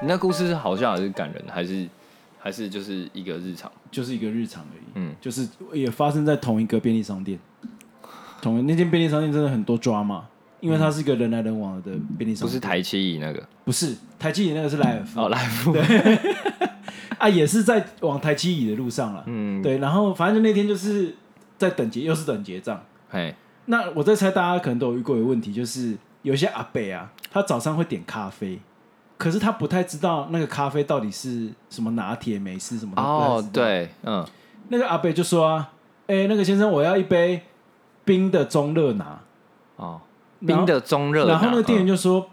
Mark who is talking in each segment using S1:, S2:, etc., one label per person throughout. S1: 你那故事是好笑还是感人，还是还是就是一个日常？
S2: 就是一个日常而已。
S1: 嗯
S2: 嗯，就是也发生在同一个便利商店，同那间便利商店真的很多抓嘛，因为它是一个人来人往的便利商
S1: 不是
S2: 店，
S1: 台七乙那个
S2: 不是台积椅那个是莱尔夫、
S1: 哦，来福，
S2: 啊，也是在往台积椅的路上了。
S1: 嗯，
S2: 对，然后反正就那天就是在等结，又是等结账。
S1: 嘿，
S2: 那我在猜，大家可能都有遇过一个问题，就是有些阿伯啊，他早上会点咖啡，可是他不太知道那个咖啡到底是什么拿铁、美式什么的。
S1: 哦，
S2: 对。
S1: 对，嗯，
S2: 那个阿伯就说啊，哎、那个先生，我要一杯冰的中热拿。
S1: 哦，
S2: 然
S1: 冰
S2: 后
S1: 的中热拿，嗯
S2: 然后那个店员
S1: 就
S2: 就说，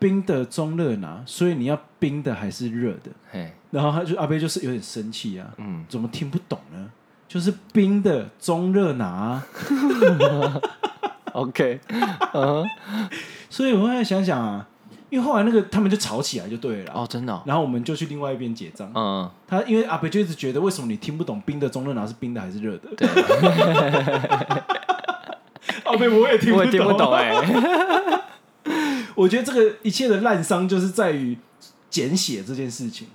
S2: 冰的中热拿，所以你要冰的还是热的？
S1: 嘿，
S2: 然后他就阿伯就是有点生气啊，
S1: 嗯，
S2: 怎么听不懂呢？就是冰的中热拿啊、
S1: OK，
S2: 所以我后来想想啊，因为后来那个他们就吵起来就对了啦。
S1: 哦，真 的哦，
S2: 然后我们就去另外一边结账。
S1: 嗯，
S2: 他因为阿北就一直觉得，为什么你听不懂冰的中热拿是冰的还是热的？
S1: 对，
S2: 阿北我也听
S1: 我也听不懂哎，
S2: 我觉得这个一切的烂伤就是在于简写这件事情。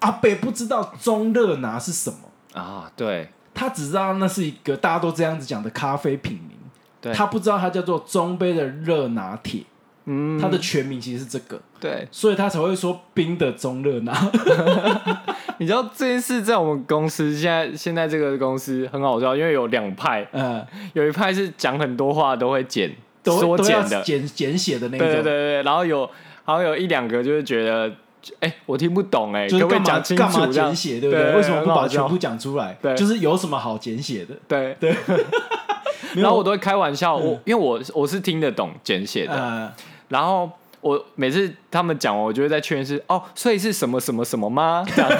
S2: 阿北不知道中热拿是什么，
S1: 啊，对，
S2: 他只知道那是一个大家都这样子讲的咖啡品名，
S1: 对，
S2: 他不知道它叫做中杯的热拿铁，
S1: 嗯，
S2: 它的全名其实是这个，
S1: 对，
S2: 所以他才会说冰的中 热拿。
S1: 你知道这件事在我们公司现在现在这个公司很好笑，因为有两派，
S2: 呃，
S1: 有一派是讲很多话都会剪
S2: 都
S1: 缩
S2: 都要
S1: 减的，
S2: 简简写的那一
S1: 对对
S2: 种。
S1: 对对，然后有好像有一两个就是觉得，哎、我听不懂哎、
S2: 就
S1: 可
S2: 是
S1: 不可
S2: 干
S1: 以
S2: 嘛
S1: 讲清楚
S2: 干嘛
S1: 这样
S2: 简写，对不
S1: 对？
S2: 对？为什么不
S1: 很好
S2: 把
S1: 笑
S2: 全部讲出来？
S1: 对
S2: 就是有什么好简写的？
S1: 对
S2: 对。
S1: 然后我都会开玩笑，我因为我我是听得懂简写的，
S2: 呃，
S1: 然后我每次他们讲完，我就会再确认是哦，所以是什么什么什么 吗？这样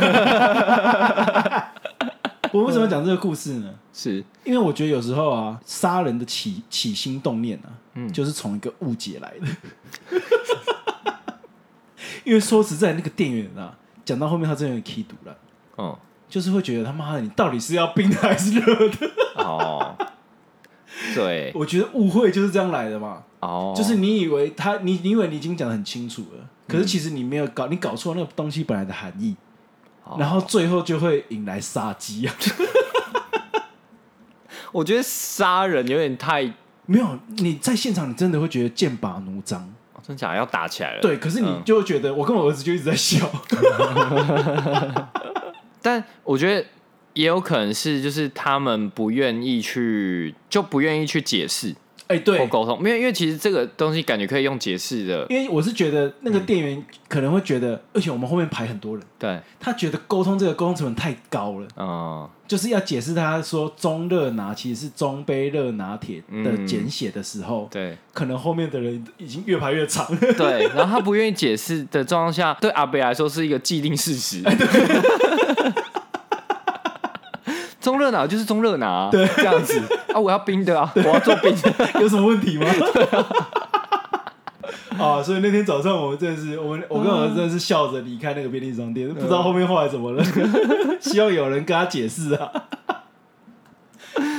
S2: 我为什么讲这个故事呢？
S1: 是
S2: 因为我觉得有时候啊，杀人的起起心动念啊，
S1: 嗯
S2: 就是从一个误解来的。 因为说实在，那个店员啊，讲到后面他真的有点 k 毒了，
S1: 嗯
S2: 就是会觉得他妈的，你到底是要冰的还是热的？
S1: 哦对
S2: 我觉得误会就是这样来的嘛，
S1: 哦，
S2: 就是你以为他，你你以为你已经讲的很清楚了，可是其实你没有搞，你搞错那个东西本来的含义。
S1: 哦
S2: 然后最后就会引来杀机啊！
S1: 我觉得杀人有点太、哦、
S2: 没有，你在现场你真的会觉得剑拔弩张，
S1: 真假的要打起来了，
S2: 对。可是你
S1: 嗯
S2: 就会觉得，我跟我儿子就一直在笑，
S1: 但我觉得也有可能是，就是他们不愿意去，就不愿意去解释
S2: 哎，
S1: 或
S2: 对，
S1: 沟通，因为因为其实这个东西感觉可以用解释的，
S2: 因为我是觉得那个店员可能会觉得，而且我们后面排很多人，
S1: 对，
S2: 他觉得沟通这个沟通成本太高了，
S1: 嗯，
S2: 就是要解释他说中热拿其实是中杯热拿铁的
S1: 嗯
S2: 简写的时候，
S1: 对
S2: 可能后面的人已经越排越长，
S1: 对，然后他不愿意解释的状况下，对阿北来说是一个既定事实。中热拿就是中热拿、对，这样子啊，我要冰的啊，我要做冰 的，
S2: 有什么问题吗？啊，所以那天早上我们真的是，我们我跟我儿
S1: 嗯
S2: 子真的是笑着离开那个便利商店，不知道后面后来怎么了， 希望有人跟他解释啊。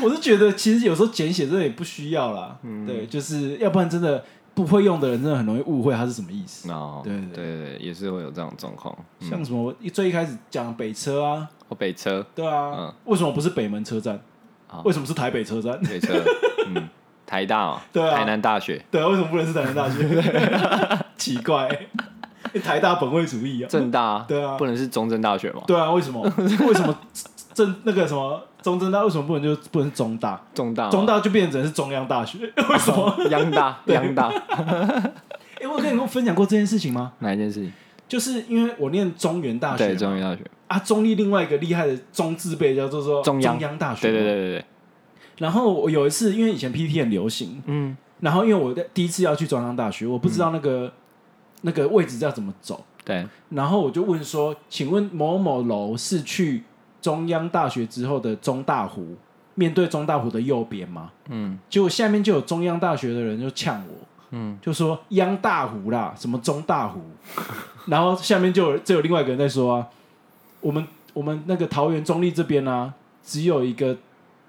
S2: 我是觉得其实有时候简写真的也不需要啦，
S1: 嗯
S2: 对，就是要不然真的不会用的人真的很容易误会它是什么意思。
S1: 哦，
S2: 对
S1: 对对，也是会有这种状况。嗯，
S2: 像什么一最一开始讲北车啊，
S1: 我北车，
S2: 对啊，
S1: 嗯
S2: 为什么不是北门车站
S1: 哦？
S2: 为什么是台北车站？
S1: 北车，嗯，台大、哦，
S2: 对啊
S1: 台南大学，
S2: 对啊，为什么不能是台南大学？ 奇怪、欸台大本位主义啊！
S1: 正大、啊，
S2: 对啊
S1: 不能是中正大学嘛？
S2: 对啊，为什么？为什么正 那个什么中正大为什么不能就不能是中大？
S1: 中大嘛，
S2: 啊中大就变成是中央大学？ 为什么？
S1: 央 大，央大，
S2: 哎、我有跟你们分享过这件事情吗？
S1: 哪一件事情？
S2: 就是因为我念中原大学
S1: 对，
S2: 嘛
S1: 中原大学，
S2: 啊，中立另外一个厉害的中字辈叫做说
S1: 中央
S2: 大
S1: 对
S2: 学。
S1: 对。对对对，
S2: 然后我有一次，因为以前 PPT 很流行，
S1: 嗯，
S2: 然后因为我在第一次要去中央大学，我不知道那个、那个位置要怎么走，
S1: 对，
S2: 然后我就问说：“请问某某楼是去中央大学之后的中大湖，面对中大湖的右边吗
S1: 嗯？”
S2: 结果下面就有中央大学的人就呛我，
S1: 嗯，
S2: 就说“央大湖啦，什么中大湖”，然后下面就有就有另外一个人在说啊：“我们我们那个桃园中立这边啊，只有一个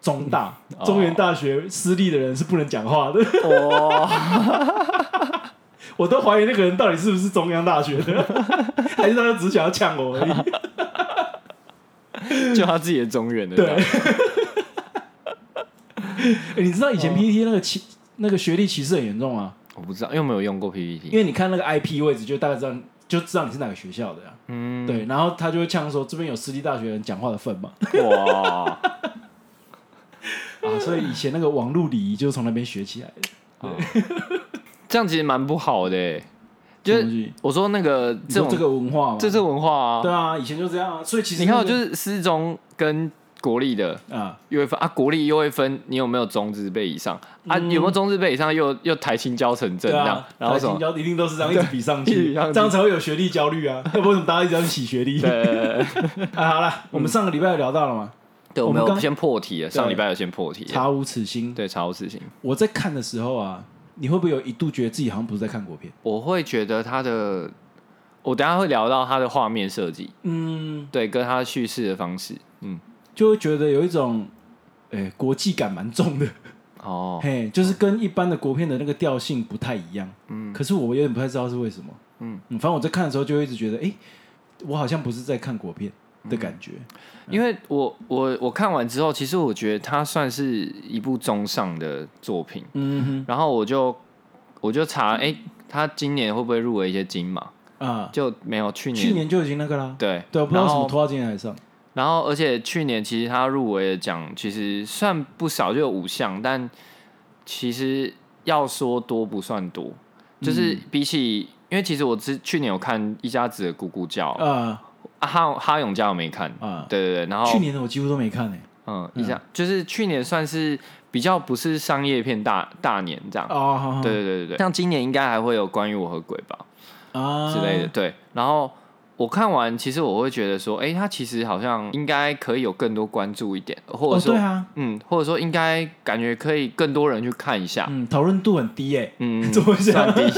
S2: 中大
S1: 嗯哦，
S2: 中原大学私立的人是不能讲话的。
S1: 哇，
S2: 我都怀疑那个人到底是不是中央大学的， 还是他就只想要呛我而已。
S1: 就他自己的中原的，
S2: 对，欸 你知道以前
S1: 哦
S2: PPT 那个歧、那个学历歧视很严重啊，
S1: 我不知道，因为我没有用过
S2: 因
S1: PPT。
S2: 为你看那个 IP 位置，就大概知道就知道你是哪个学校的、啊。
S1: 嗯，
S2: 对，然后他就会呛说这边有私立大学人讲话的份 嘛，
S1: 哇，
S2: 啊，所以以前那个网络礼仪就是从那边学起来的。
S1: 哦这样其实蛮不好的欸，就
S2: 什么东
S1: 是
S2: 西
S1: 我说那个
S2: 你
S1: 这
S2: 说
S1: 种
S2: 这个文化嘛，
S1: 这是文化啊
S2: 对。啊，以前就这样啊，所以其实
S1: 你看，我
S2: 那个
S1: 就是私中跟国立的
S2: 啊，
S1: 又会分啊，国立又会分你有没有中字辈以上啊，
S2: 嗯
S1: 有没有中字辈以上又又台青教城镇
S2: 对
S1: 这
S2: 啊
S1: 样，，然后什么
S2: 台青交一定都是这样一直比上
S1: 一直
S2: 去，
S1: 比上去
S2: 这样才会有学历焦虑啊，要不然为什么大家一直要去洗学历？
S1: 对， 嗯
S2: 啊，好了，我们上个礼拜有聊到了嘛，
S1: 对，
S2: 我
S1: 我
S2: 们
S1: 们有
S2: 刚
S1: 先破题了，上
S2: 对
S1: 礼拜有先破题了，
S2: 查无此心。
S1: 对查无此心，
S2: 我在看的时候啊，你会不会有一度觉得自己好像不是在看国片？
S1: 我会觉得他的，我等一下会聊到他的画面设计，
S2: 嗯，
S1: 对，跟他叙事的方式，嗯，
S2: 就会觉得有一种，诶、国际感蛮重的，
S1: 哦，
S2: 嘿，就是跟一般的国片的那个调性不太一样。嗯，可是我有点不太知道是为什么。
S1: 嗯
S2: 嗯，反正我在看的时候就会一直觉得，诶、我好像不是在看国片的感觉。
S1: 因为我我我看完之后，其实我觉得它算是一部中上的作品，
S2: 嗯
S1: 然后我就我就查，哎、他今年会不会入围一些金马？
S2: 哼，啊，
S1: 就没有去年，
S2: 去年就已经那个啦。
S1: 对
S2: 对，我不知道
S1: 然
S2: 为什么
S1: 后
S2: 拖到今年才上。
S1: 然后，而且去年其实他入围的奖其实算不少，就有五项，但其实要说多不算多，就是比起，因为其实我之去年有看一家子的咕咕叫，
S2: 啊
S1: 啊、哈哈永家我没看，
S2: 啊，
S1: 对对对，然后
S2: 去年的我几乎都没看诶、
S1: 哦嗯一家就是去年算是比较不是商业片大大年这样，
S2: 啊，好好
S1: 对对对对对，哦像今年应该还会有关于我和鬼吧，
S2: 啊
S1: 之类的。。对，然后我看完，其实我会觉得说，哎、他其实好像应该可以有更多关注一点，或者
S2: 哦，
S1: 说，
S2: 对啊，
S1: 嗯，或者说应该感觉可以更多人去看一下。
S2: 嗯，讨论度很低诶、
S1: 啊嗯，
S2: 怎么会这样
S1: 算低。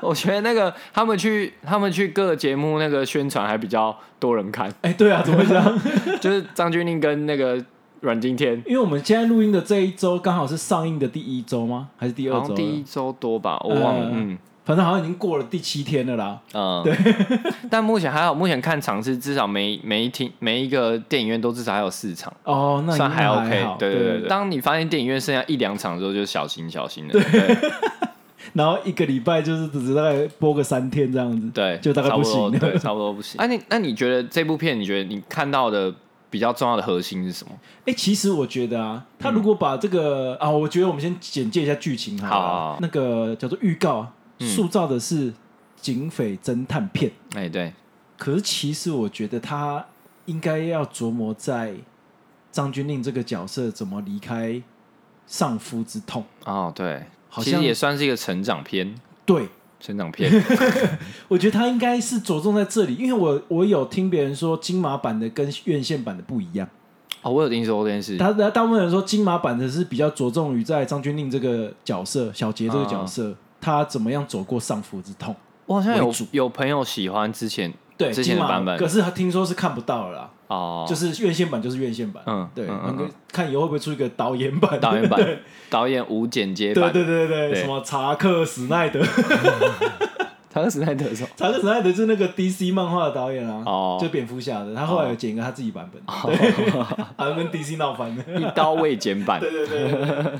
S1: 我觉得那个他们去他们去各个节目那个宣传还比较多人看，
S2: 哎、对啊，怎么会这样？
S1: 就是张钧甯跟那个阮经天，
S2: 因为我们现在录音的这一周刚好是上映的第一周吗？还是第二
S1: 好
S2: 周
S1: 像
S2: 了？
S1: 第一周多吧，我忘了，嗯
S2: 嗯反正好像已经过了第七天了啦。
S1: 嗯，对。但目前还好，目前看场是至少每每一厅每一个电影院都至少还有四场。
S2: 哦，那
S1: 算
S2: 应
S1: 还
S2: 该
S1: OK，
S2: 好
S1: 对
S2: 对
S1: 对对。当你发现电影院剩下一两场之后，就小心小心了。对
S2: 然后一个礼拜就是只是大概播个三天这样子。
S1: 对，
S2: 就大概
S1: 差
S2: 不
S1: 多
S2: 行了
S1: 对，差不多不行。那啊你那你觉得这部片，你觉得你看到的比较重要的核心是什么？
S2: 哎、其实我觉得啊，他如果把这个、啊，我觉得我们先简介一下剧情好了。
S1: 嗯好好好嗯
S2: 那个叫做预告啊，塑造的是警匪侦探片，
S1: 哎，对，
S2: 可是其实我觉得他应该要琢磨在张钧甯这个角色怎么离开丧夫之痛。
S1: 哦，对，
S2: 好
S1: 其
S2: 像
S1: 实也算是一个成长片，
S2: 对，
S1: 成长片。
S2: 我觉得他应该是着重在这里，因为我我有听别人说金马版的跟院线版的不一样。
S1: 哦，我有听说这件事。
S2: 他他大部分人说金马版的是比较着重于在张钧甯这个角色，小杰这个角
S1: 哦
S2: 色，他怎么样走过丧夫之痛。
S1: 我好像有
S2: 为主
S1: 有朋友喜欢之前
S2: 对，
S1: 之前的
S2: 金马
S1: 版本
S2: 可是他听说是看不到了啦，
S1: 哦，
S2: 就是院线版就是院线版。
S1: 嗯
S2: 对，
S1: 嗯嗯
S2: 那个看以后会不会出一个导演 版？
S1: 导 演版，导演无剪接
S2: 对
S1: 版，
S2: 对对对
S1: 对
S2: 对，什么查克·史奈德，
S1: 他跟史奈德说，
S2: 查克·史奈德就是那个 DC 漫画的导演啊，
S1: 哦
S2: 就蝙蝠侠的，他后来有剪一个他自己版本，对， 好像跟 DC 闹翻了。
S1: 一刀未剪版。
S2: 对对对对对。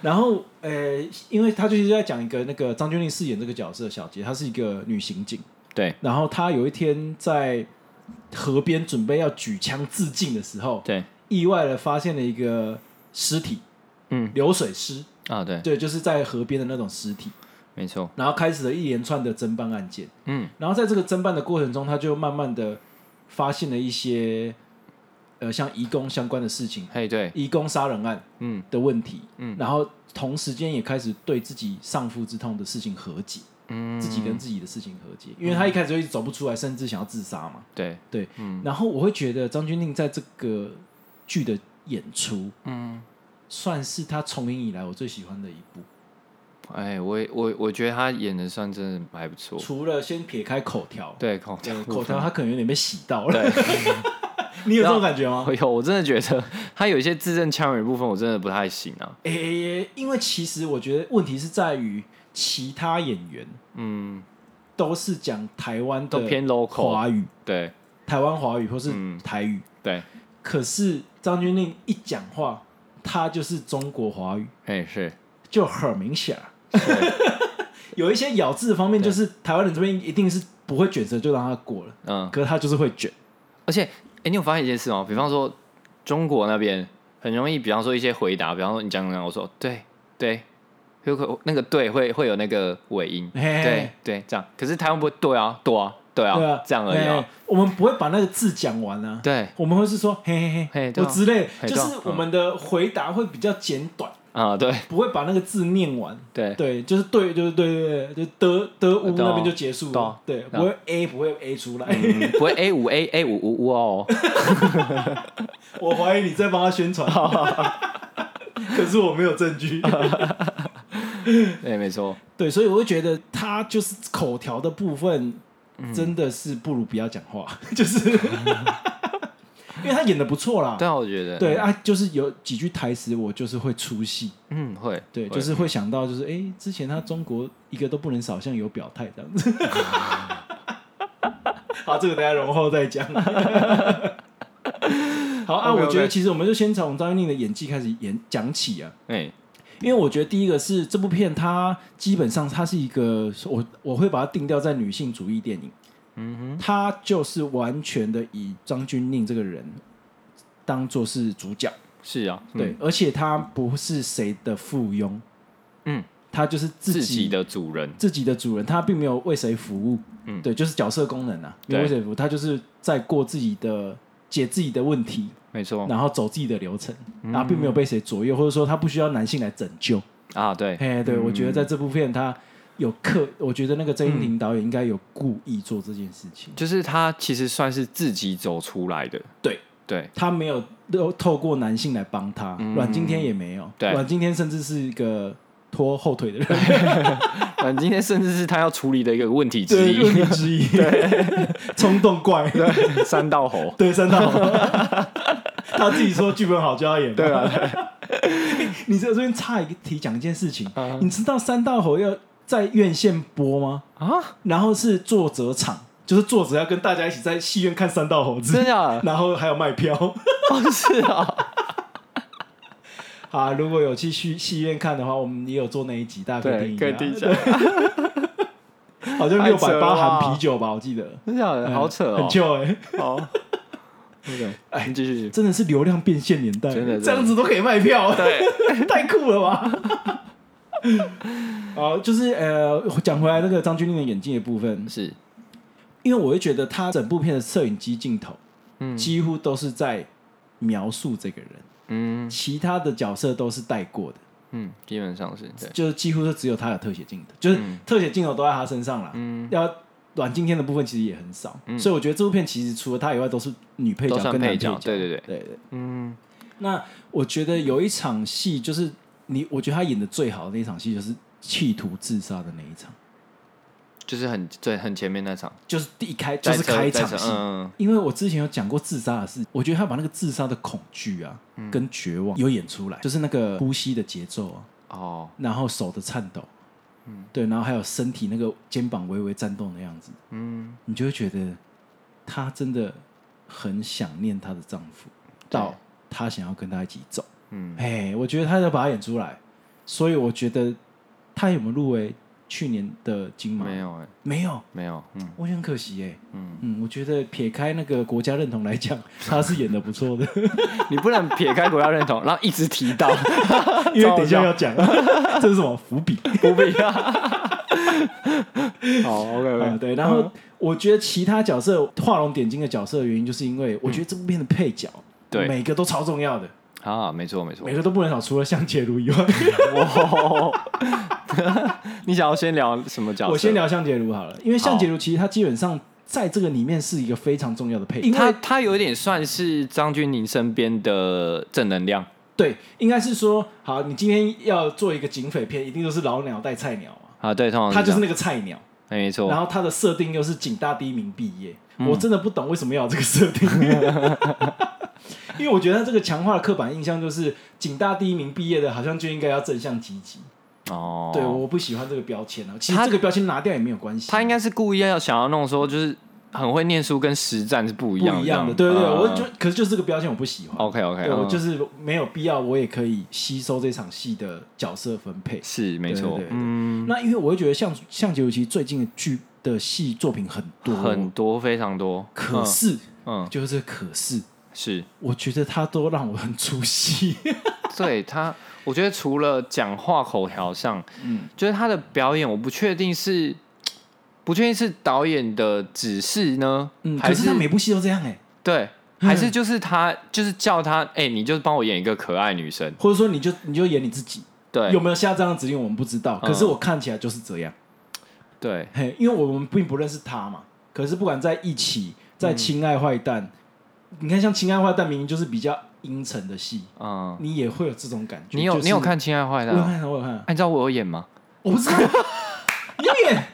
S2: 然后，呃，因为他就是在讲一个那个张钧甯饰演这个角色小杰，她是一个女刑警。
S1: 对
S2: 然后她有一天在河边准备要举枪自尽的时候，
S1: 对，
S2: 意外的发现了一个尸体，
S1: 嗯
S2: 流水尸，
S1: 啊对，
S2: 对，就是在河边的那种尸体。
S1: 没错，
S2: 然后开始了一连串的侦办案件。
S1: 嗯，
S2: 然后在这个侦办的过程中，他就慢慢的发现了一些，呃，像移工相关的事情，
S1: 嘿对，
S2: 移工杀人案，
S1: 嗯
S2: 的问题，嗯，然后同时间也开始对自己丧夫之痛的事情和解，
S1: 嗯，
S2: 自己跟自己的事情和解，因为他一开始就一直走不出来，甚至想要自杀嘛，
S1: 对，
S2: 对，
S1: 嗯
S2: 然后我会觉得张钧甯在这个剧的演出，
S1: 嗯。
S2: 算是他从影以来我最喜欢的一部，
S1: 哎，我也我我觉得他演的算真的还不错，
S2: 除了先撇开口条，
S1: 对，口条
S2: 对口条他可能有点被洗到了，
S1: 对，
S2: 你有这种感觉吗？
S1: 哎呦，我真的觉得他有一些字正腔圆的部分，我真的不太行啊。
S2: 诶、因为其实我觉得问题是在于其他演员
S1: 嗯，
S2: 都是讲台湾
S1: 都
S2: 的
S1: 偏 local，
S2: 华语，
S1: 对
S2: 台湾华语或是
S1: 嗯
S2: 台语，
S1: 对，
S2: 可是张钧甯一讲话，他就是中国华语，
S1: 哎是，
S2: 就很明显啊。
S1: 对
S2: 有一些咬字方面，
S1: 对
S2: 就是台湾人这边一定是不会卷舌，就让他过了。
S1: 嗯，
S2: 可是他就是会卷，
S1: 而且，哎，你有发现一件事吗？比方说中国那边很容易，比方说一些回答，比方说你讲讲，我说对对，有可那个对会会有那个尾音，
S2: 嘿嘿
S1: 对对这样。可是台湾不会对啊，对啊，对
S2: 对啊
S1: 啊，，这样而已
S2: 哎
S1: 啊，
S2: 我们不会把那个字讲完啊，
S1: 对
S2: 我们会是说嘿嘿
S1: 嘿
S2: 嘿，
S1: 对
S2: 或
S1: 啊
S2: 之类，
S1: 嘿
S2: 就
S1: 对啊
S2: 是我们的回答会比较简短，
S1: 啊，对
S2: 不会把那个字念完。
S1: 对
S2: 对，就是对，就是对，对对，就的的乌
S1: 对啊
S2: 那边就结束
S1: 对啊
S2: 了，对，
S1: 对啊
S2: 不会 A 不会 A 出来。
S1: 嗯不会 A 五 A A 五五五哦，
S2: 我怀疑你在帮他宣传，可是我没有证据。
S1: 对，没 错，
S2: 对，所以我会觉得他就是口条的部分，真的是不如不要讲话，就是，因为他演的不错啦。
S1: 对啊，我觉得，
S2: 对，啊，就是有几句台词我就是会出戏，
S1: 嗯，会，
S2: 对，
S1: 会
S2: 就是会想到就是，哎、之前他中国一个都不能少，像有表态这样子。 好，这个等一下容后再讲。 好啊
S1: OK，OK
S2: 我觉得其实我们就先从张钧甯的演技开始演讲起啊。
S1: 哎，
S2: 因为我觉得第一个是这部片，它基本上它是一个我我会把它定调在女性主义电影，
S1: 嗯
S2: 它就是完全的以张钧甯这个人当做是主角，
S1: 哼，是啊，嗯
S2: 对，，而且他不是谁的附庸，
S1: 嗯，
S2: 他就是自己
S1: 自己的主人，
S2: 自己的主人，他并没有为谁服务，
S1: 嗯
S2: 对，就是角色功能啊，没有为谁服务，他就是在过自己的解自己的问题，
S1: 没错
S2: 然后走自己的流程，
S1: 嗯
S2: 然后并没有被谁左右，或者说他不需要男性来拯救。
S1: 啊，对，
S2: 哎，对，我觉得在这部片他有刻，我觉得那个郑
S1: 嗯
S2: 英婷导演应该有故意做这件事情，
S1: 就是他其实算是自己走出来的，
S2: 对
S1: 对，
S2: 他没有透透过男性来帮他，
S1: 嗯
S2: 阮经天也没有，
S1: 对哎
S2: 阮经天甚至是一个拖后腿 的人，
S1: 嗯，今天甚至是他要处理的一个问题之
S2: 对，
S1: 一，
S2: 问题之一， 冲动怪，
S1: 对，三道 猴，
S2: 对，三道猴。他自己说剧本好就要演，
S1: 对 啊，
S2: 你在这边插一个题讲一件事情，
S1: 嗯
S2: 你知道三道猴要在院线播吗？
S1: 啊，
S2: 然后是作者场，就是作者要跟大家一起在戏院看三道猴子
S1: 真，的啊，
S2: 然后还有卖票。
S1: 哦是啊，
S2: 啊，如果有去戏戏院看的话，我们也有 做那啊一集，大家可以
S1: 对，可以听
S2: 听一
S1: 一
S2: 下
S1: 下，，
S2: 好像
S1: 太
S2: 六
S1: 扯
S2: 百
S1: 了
S2: 八
S1: 吧
S2: 含啤酒吧，我记得，
S1: 真的啊好扯哦，
S2: 嗯 很旧哎、
S1: 好，那个，哎，你继续，
S2: 真的是流量变现年代，
S1: 真的真的
S2: 这样子都可以卖票，
S1: 对，
S2: 太酷了吧！ 好，就是呃，讲回来那个张钧甯的眼镜的部分，
S1: 是，
S2: 因为我会觉得他整部片的摄影机镜头
S1: 嗯
S2: 几乎都是在描述这个人，
S1: 嗯
S2: 其他的角色都是带过的。
S1: 嗯，基本上是对，
S2: 就是几乎就只有他有特写镜头，就是
S1: 嗯
S2: 特写镜头都在他身上啦。
S1: 嗯
S2: 要阮经天的部分其实也很少，
S1: 嗯
S2: 所以我觉得这部片其实除了他以外都是女配角
S1: 都算
S2: 跟男
S1: 配
S2: 角
S1: 角。对对对
S2: 对对。
S1: 嗯
S2: 那我觉得有一场戏就是你，我觉得他演的最好的那一场戏就是企图自杀的那一场，
S1: 就是很最很前面那场，
S2: 就是第一开就是
S1: 在车
S2: 开
S1: 在
S2: 场
S1: 车
S2: 戏。
S1: 嗯，嗯
S2: 因为我之前有讲过自杀的事，我觉得他把那个自杀的恐惧啊，
S1: 嗯
S2: 跟绝望有演出来，就是那个呼吸的节奏啊，
S1: 哦，
S2: 然后手的颤抖，嗯，对，然后还有身体那个肩膀微微颤动的样子，
S1: 嗯，
S2: 你就会觉得她真的很想念她的丈夫，到她想要跟他一起走。
S1: 嗯，
S2: 哎，我觉得她要把它演出来，所以我觉得她有没有入围去年的金马？
S1: 没，有哎，
S2: 没有，
S1: 没有，嗯
S2: 我觉得很可惜哎。
S1: 嗯，
S2: 嗯，我觉得撇开那个国家认同来讲，她是演的不 错的，
S1: 你不能撇开国家认同，然后一直提到，
S2: 因为等一下要讲， 这是什么伏笔？
S1: 不必要。好，OK
S2: 啊，
S1: OK，
S2: 对，然后我觉得其他角色画龙点睛的角色的原因，就是因为我觉得这部片的配角，
S1: 对
S2: 每个都超重要的，
S1: 啊，没错没错
S2: 每。个都不能少，除了向杰如 以外，
S1: 哦你想要先聊什么角色？
S2: 我先。聊向杰如好了，因为向杰如其实他基本上在这个里面是一个非常重要的配角，因
S1: 他
S2: 为
S1: 他有点算是张钧甯身边的正能量，
S2: 对，应该是说，好，你今天要做一个警匪片，一定都是老鸟带菜鸟嘛，
S1: 啊，对，通常
S2: 他就是
S1: 这
S2: 那个菜鸟，
S1: 没错
S2: 然，后它的设定又是警大第一名毕业，
S1: 嗯
S2: 我真的不懂为什么要有这个设定。 因为我觉得他这个强化的刻板印象就是警大第一名毕业的，好像就应该要正向积极。
S1: 哦，
S2: 对，我不喜欢这个标签啊。其实
S1: 他
S2: 这个标签拿掉也没有关系，
S1: 他应该是故意要想要弄说，就是很会念书跟实战是不一样
S2: 不
S1: 的，
S2: 一样的。对对对，
S1: 嗯
S2: 我就可是就是这个标签我不喜欢。
S1: OK OK，嗯
S2: 对我就是是没有必要，我也可以吸收这场戏的角色分配。
S1: 是没错
S2: 对对，对
S1: 嗯，
S2: 那因为我会觉得像像杰武奇最近的剧的戏作品很多，
S1: 很多非常多，
S2: 可是、
S1: 嗯，嗯
S2: 就是可是，
S1: 是，
S2: 我觉得他都让我很出戏。
S1: 对他，我觉得除了讲话口条上，
S2: 嗯，
S1: 就是他的表演，我不确定是不确定是导演的指示呢，
S2: 嗯，
S1: 还
S2: 可是他每部戏都这样哎、欸，
S1: 对，
S2: 嗯
S1: 还是就是他就是叫他，哎、你就是帮我演一个可爱女生，
S2: 或者说你就你就演你自己，
S1: 对
S2: 有没有下这样的指令我们不知道，
S1: 嗯
S2: 可是我看起来就是这样，
S1: 对，
S2: 嘿，因为我们并不认识他嘛。可是不管在一起，在《亲爱坏蛋》你看像《亲爱坏蛋》明明就是比较阴沉的戏，
S1: 嗯，
S2: 你也会有这种感觉。
S1: 你有、
S2: 就是
S1: 你有？看《亲爱坏蛋》
S2: 我有
S1: 吗？
S2: 看，我有看
S1: 哎，你知道我有演吗？
S2: 我不知道，你有演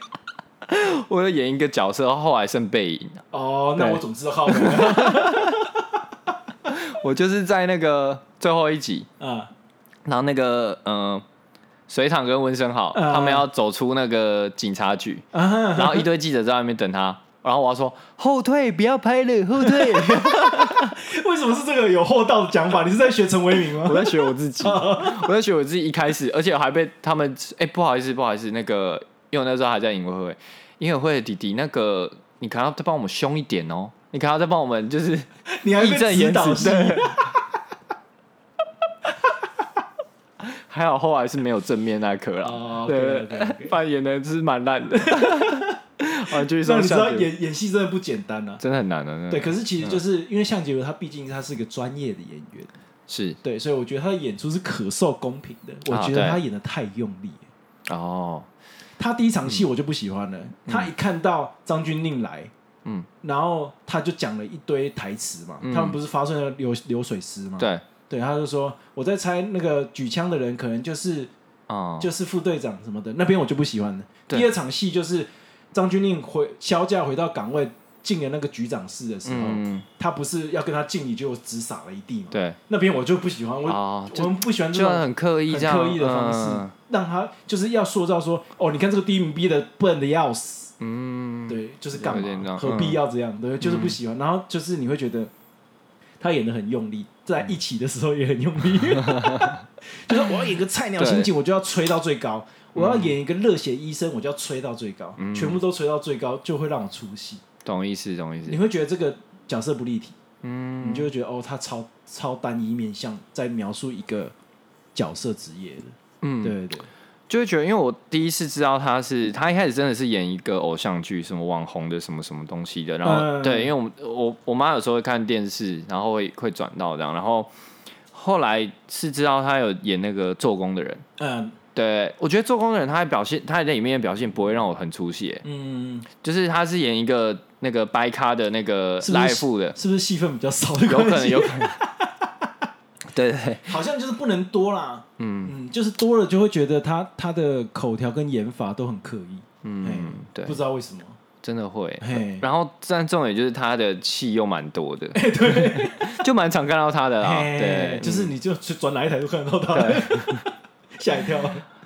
S1: 我有演一个角色，后来剩背影，
S2: 哦，那
S1: 对
S2: 我总知道浩文
S1: 我就是在那个最后一集，
S2: 啊，
S1: 然后那个呃，水厂跟温升好，
S2: 嗯
S1: 他们要走出那个警察局，
S2: 然
S1: 然后一堆记者在外面等他，然后我要说后退，不要拍了，后退。
S2: 为什么是这个有厚道的讲法？你是在学陈为民吗
S1: 我？在学我自己， 我在学我自己一开始，而且我还被他们哎、不好意思不好意思，那个因为我那时候还在影委会，影委会的弟弟那个你可能要再帮我们凶一点哦，你可能要再帮我们就是
S2: 你还
S1: 义
S2: 被
S1: 正
S2: 指
S1: 言
S2: 导
S1: 辞
S2: 戏，
S1: 对。 还好后来是没有正面那一刻啦
S2: 哦，
S1: 啊对，
S2: OK，OK，OK
S1: 扮演的是蛮烂 的， 啊，继续说
S2: 让你知道
S1: 下一个，
S2: 演演戏真的不简单啊。
S1: 真的很难的，真的
S2: 对，可是其实
S1: 嗯
S2: 就是因为向杰如他毕竟他是一个专业的演员，
S1: 是
S2: 对，所以我觉得他的演出是可受公平的。我
S1: 啊
S2: 觉得
S1: 对
S2: 他演的太用力了。
S1: 哦，
S2: 他第一场戏我就不喜欢了，他一看到张钧甯来，
S1: 嗯，
S2: 然后他就讲了一堆台词嘛，
S1: 嗯
S2: 他们不是发生了流流水诗嘛，
S1: 对，
S2: 对，他就说我在猜那个举枪的人可能就是
S1: 哦，
S2: 就是副队长什么的，那边我就不喜欢了。
S1: 对
S2: 第二场戏就是张钧甯回销假回到岗位进了那个局长室的时候，
S1: 嗯，
S2: 他不是要跟他敬礼，就只撒了一地嘛。
S1: 对，
S2: 那边我就不喜欢，我、
S1: 哦就
S2: 我们不喜欢这
S1: 就
S2: 种
S1: 很刻意
S2: 很
S1: 这样
S2: 刻意的方式，
S1: 嗯
S2: 让他就是要塑造说，哦，你看这个第一名逼的笨的要死，
S1: 嗯，
S2: 对，就是干
S1: 有点这
S2: 嘛，
S1: 样嗯
S2: 何必要这样？对，就是不喜欢。然后就是你会觉得他演的很用力，在
S1: 嗯
S2: 一起的时候也很用 力， 就是我要演个菜鸟刑警，我就要吹到最高；
S1: 嗯
S2: 我要演一个热血医生，我就要吹到最高，全部都吹到最高，就会让我出戏。
S1: 懂意思，懂意思
S2: 你。会觉得这个角色不立体，
S1: 嗯
S2: 你就会觉得哦，他超超单一面向在描述一个角色职业的，
S1: 嗯，
S2: 对对对，
S1: 就会觉得，因为我第一次知道他是，他一开始真的是演一个偶像剧，什么网红的什么什么东西的。然后、
S2: 嗯
S1: 对，因为我们我我妈有时候会看电视，然后会会转到这样，然后后来是知道他有演那个做工的人。
S2: 嗯
S1: 对，我觉得做工的人他的表现，他在里面的表现不会让我很出戏，欸
S2: 嗯，
S1: 就是他是演一个那个白咖的那个
S2: 是不是
S1: 拉夫的，
S2: 是不是戏份比较少的
S1: 有
S2: 关
S1: 可能
S2: 系？
S1: 有可能， 对对对，
S2: 好像就是不能多啦，
S1: 嗯。
S2: 嗯，就是多了就会觉得他他的口条跟演法都很刻意，
S1: 嗯，对
S2: 哎不，知道为什么，
S1: 真的会。
S2: 嘿，
S1: 然后，但重点就是他的戏又蛮多的，对， 就蛮常看到他的啦。啊对
S2: 嘿，哎就是你就去转哪一台都看得到他， 吓一跳，